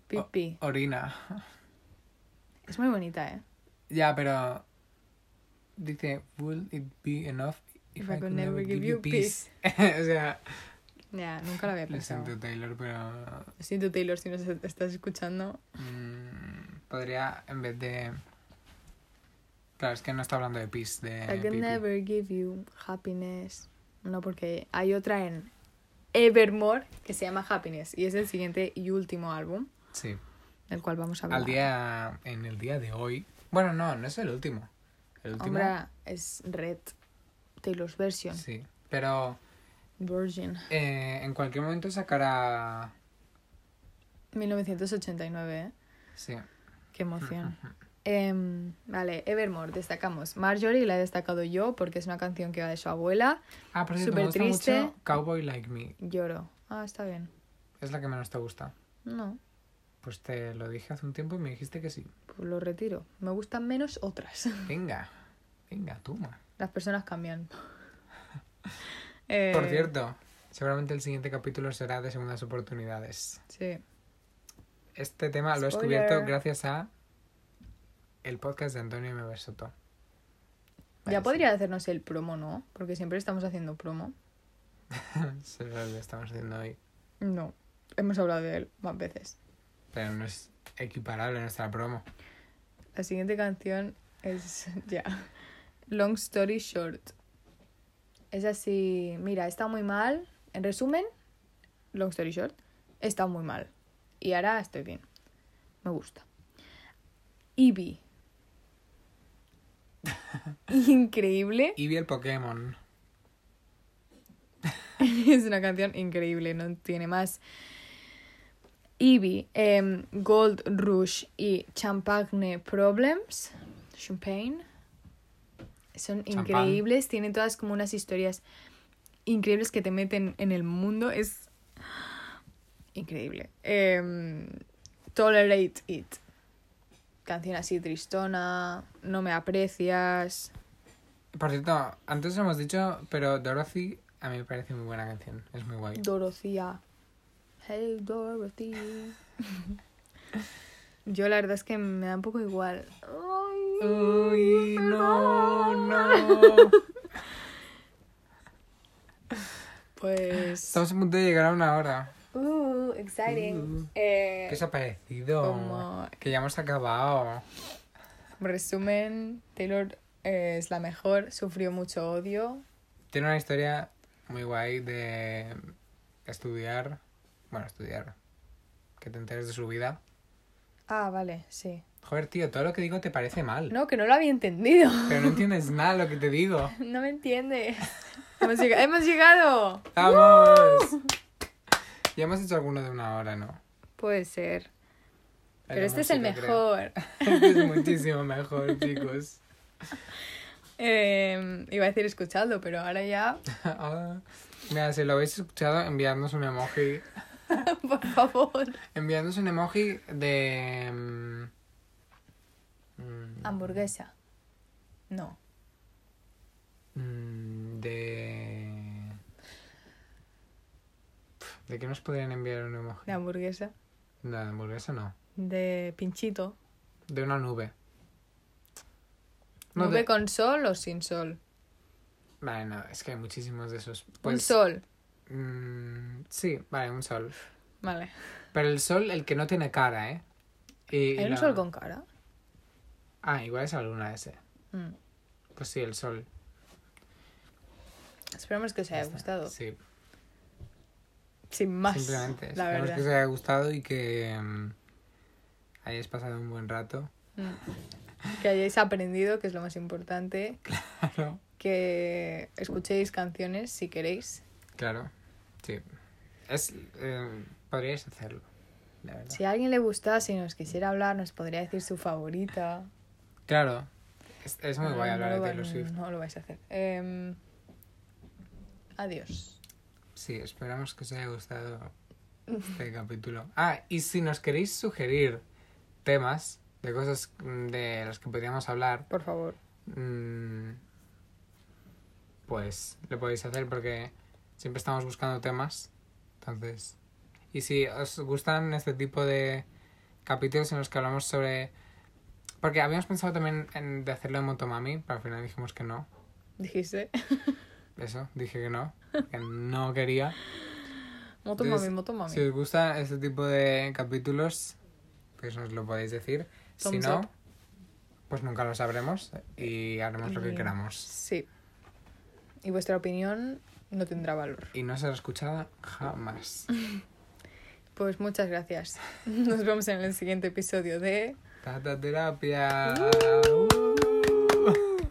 Speaker 1: Pipi.
Speaker 2: Oh. orina.
Speaker 1: Es muy bonita, ¿eh?
Speaker 2: Ya, pero dice, will it be enough if, I, could never give you peace? o sea,
Speaker 1: Ya, nunca la había
Speaker 2: lo
Speaker 1: pensado.
Speaker 2: siento Taylor, pero
Speaker 1: Lo siento, Taylor, si nos estás escuchando.
Speaker 2: mm, podría en vez de... Claro, es que no está hablando de pis, de...
Speaker 1: I can
Speaker 2: pipí.
Speaker 1: never give you happiness. No, porque hay otra en Evermore que se llama Happiness y es el siguiente y último álbum
Speaker 2: Sí,
Speaker 1: del cual vamos a hablar.
Speaker 2: al día, en el día de hoy. Bueno, no, no es el último. El último...
Speaker 1: Hombre, es Red, Taylor's Version.
Speaker 2: Sí, pero
Speaker 1: Virgin,
Speaker 2: eh, en cualquier momento sacará...
Speaker 1: 1989, ¿eh?
Speaker 2: Sí.
Speaker 1: Qué emoción. Em, vale, Evermore, destacamos. Marjorie la he destacado yo porque es una canción que va de su abuela.
Speaker 2: Ah, por cierto,
Speaker 1: Súper
Speaker 2: me gusta
Speaker 1: triste.
Speaker 2: mucho Cowboy Like Me.
Speaker 1: Lloro. Ah, está bien.
Speaker 2: Es la que menos te gusta.
Speaker 1: No,
Speaker 2: Pues te lo dije hace un tiempo y me dijiste que sí.
Speaker 1: pues lo retiro. Me gustan menos otras.
Speaker 2: Venga, venga, toma.
Speaker 1: Las personas cambian. Em, Eh,
Speaker 2: Por cierto, seguramente el siguiente capítulo será de segundas oportunidades.
Speaker 1: Sí.
Speaker 2: Este tema lo he
Speaker 1: Spoiler.
Speaker 2: descubierto gracias a el podcast de Antonio M. Soto.
Speaker 1: ya podría hacernos el promo, ¿no? Porque siempre estamos haciendo promo.
Speaker 2: Se lo que estamos haciendo hoy.
Speaker 1: No. Hemos hablado de él más veces.
Speaker 2: Pero no es equiparable a nuestra promo.
Speaker 1: La siguiente canción es ya. Long Story Short. Es así. Mira, está muy mal. En resumen, Long Story Short, está muy mal. Y ahora estoy bien. Me gusta. Eevee. Increíble.
Speaker 2: Y vi el Pokémon.
Speaker 1: Es una canción increíble, no tiene más. Ivy, em, Gold Rush y Champagne Problems, Champagne, son
Speaker 2: Champán.
Speaker 1: increíbles, tienen todas como unas historias increíbles que te meten en el mundo, es increíble. Em, Tolerate It, canción así tristona, No me aprecias,
Speaker 2: Por cierto, antes lo hemos dicho, pero Dorothy a mí me parece muy buena canción. Es muy guay.
Speaker 1: Dorothea. Hey, Dorothy. Yo la verdad es que me da un poco igual. Ay,
Speaker 2: Uy, no, no.
Speaker 1: Pues...
Speaker 2: Estamos a punto de llegar a una hora.
Speaker 3: Uh, exciting.
Speaker 2: Uh.
Speaker 3: Eh,
Speaker 2: ¿Qué os ha parecido?
Speaker 1: Como
Speaker 2: Que ya hemos acabado.
Speaker 1: resumen, Taylor eh, es la mejor, sufrió mucho odio.
Speaker 2: Tiene una historia muy guay de estudiar. Bueno, estudiar. Que te enteres de su vida.
Speaker 1: Ah, vale, sí.
Speaker 2: Joder, tío, todo lo que digo te parece mal.
Speaker 1: No, que no lo había entendido.
Speaker 2: Pero no entiendes nada de lo que te digo.
Speaker 1: No me entiendes. Hemos llegado. ¡Hemos llegado!
Speaker 2: ¡Vamos! Ya hemos hecho alguno de una hora, ¿no?
Speaker 1: Puede ser. Pero
Speaker 2: Era
Speaker 1: este es el
Speaker 2: música, creo.
Speaker 1: mejor.
Speaker 2: Este es muchísimo mejor, chicos.
Speaker 1: Eh, iba a decir escuchadlo, pero ahora ya,
Speaker 2: Ah, Mira, si lo habéis escuchado, enviadnos un emoji.
Speaker 1: por favor.
Speaker 2: Enviadnos un emoji de... mm, mm,
Speaker 1: Hamburguesa. No.
Speaker 2: Mm, De. ¿De qué nos podrían enviar un emoji?
Speaker 1: De hamburguesa.
Speaker 2: No, de hamburguesa no.
Speaker 1: De pinchito.
Speaker 2: De una nube. No,
Speaker 1: ¿Nube
Speaker 2: de-
Speaker 1: con sol o sin sol?
Speaker 2: Vale, no, es que hay muchísimos de esos. Pues,
Speaker 1: Un sol.
Speaker 2: mm, sí, vale, un sol.
Speaker 1: Vale.
Speaker 2: Pero el sol, el que no tiene cara, ¿eh? Y, y
Speaker 1: ¿Hay un
Speaker 2: la-
Speaker 1: sol con cara?
Speaker 2: Ah, igual es la luna ese.
Speaker 1: Mm.
Speaker 2: Pues sí, el sol.
Speaker 1: Esperemos que os haya
Speaker 2: Ya está.
Speaker 1: gustado.
Speaker 2: Sí,
Speaker 1: Sin más.
Speaker 2: simplemente.
Speaker 1: La
Speaker 2: Esperemos
Speaker 1: verdad.
Speaker 2: que os haya gustado y que mm, hayáis pasado un buen rato.
Speaker 1: Mm. Que hayáis aprendido, que es lo más importante.
Speaker 2: Claro.
Speaker 1: Que escuchéis canciones si queréis.
Speaker 2: Claro, sí. Es, eh, podríais hacerlo, la verdad.
Speaker 1: Si a alguien le gustase y nos quisiera hablar, nos podría decir su favorita.
Speaker 2: Claro, es, es muy
Speaker 1: No,
Speaker 2: guay
Speaker 1: no
Speaker 2: hablar
Speaker 1: lo
Speaker 2: de
Speaker 1: va-
Speaker 2: Taylor Swift.
Speaker 1: No, lo vais a hacer. Em, adiós.
Speaker 2: Sí, esperamos que os haya gustado este capítulo. Ah, y si nos queréis sugerir temas de cosas mm, de las que podríamos hablar,
Speaker 1: Por favor.
Speaker 2: mm, pues lo podéis hacer porque siempre estamos buscando temas. Entonces, y si os gustan este tipo de capítulos en los que hablamos sobre... Porque habíamos pensado también en de hacerlo en Motomami, pero al final dijimos que no.
Speaker 1: Dijiste.
Speaker 2: Eso, dije que no, que no quería.
Speaker 1: Moto mami,
Speaker 2: Entonces,
Speaker 1: moto mami.
Speaker 2: Si os gustan este tipo de capítulos, pues nos lo podéis decir. si
Speaker 1: Thumbs
Speaker 2: no,
Speaker 1: up.
Speaker 2: pues nunca lo sabremos y haremos lo que
Speaker 1: Y-
Speaker 2: queramos.
Speaker 1: Sí. Y vuestra opinión no tendrá valor.
Speaker 2: Y no será escuchada jamás.
Speaker 1: Pues muchas gracias. Nos vemos en el siguiente episodio de...
Speaker 2: Tata terapia. Uh.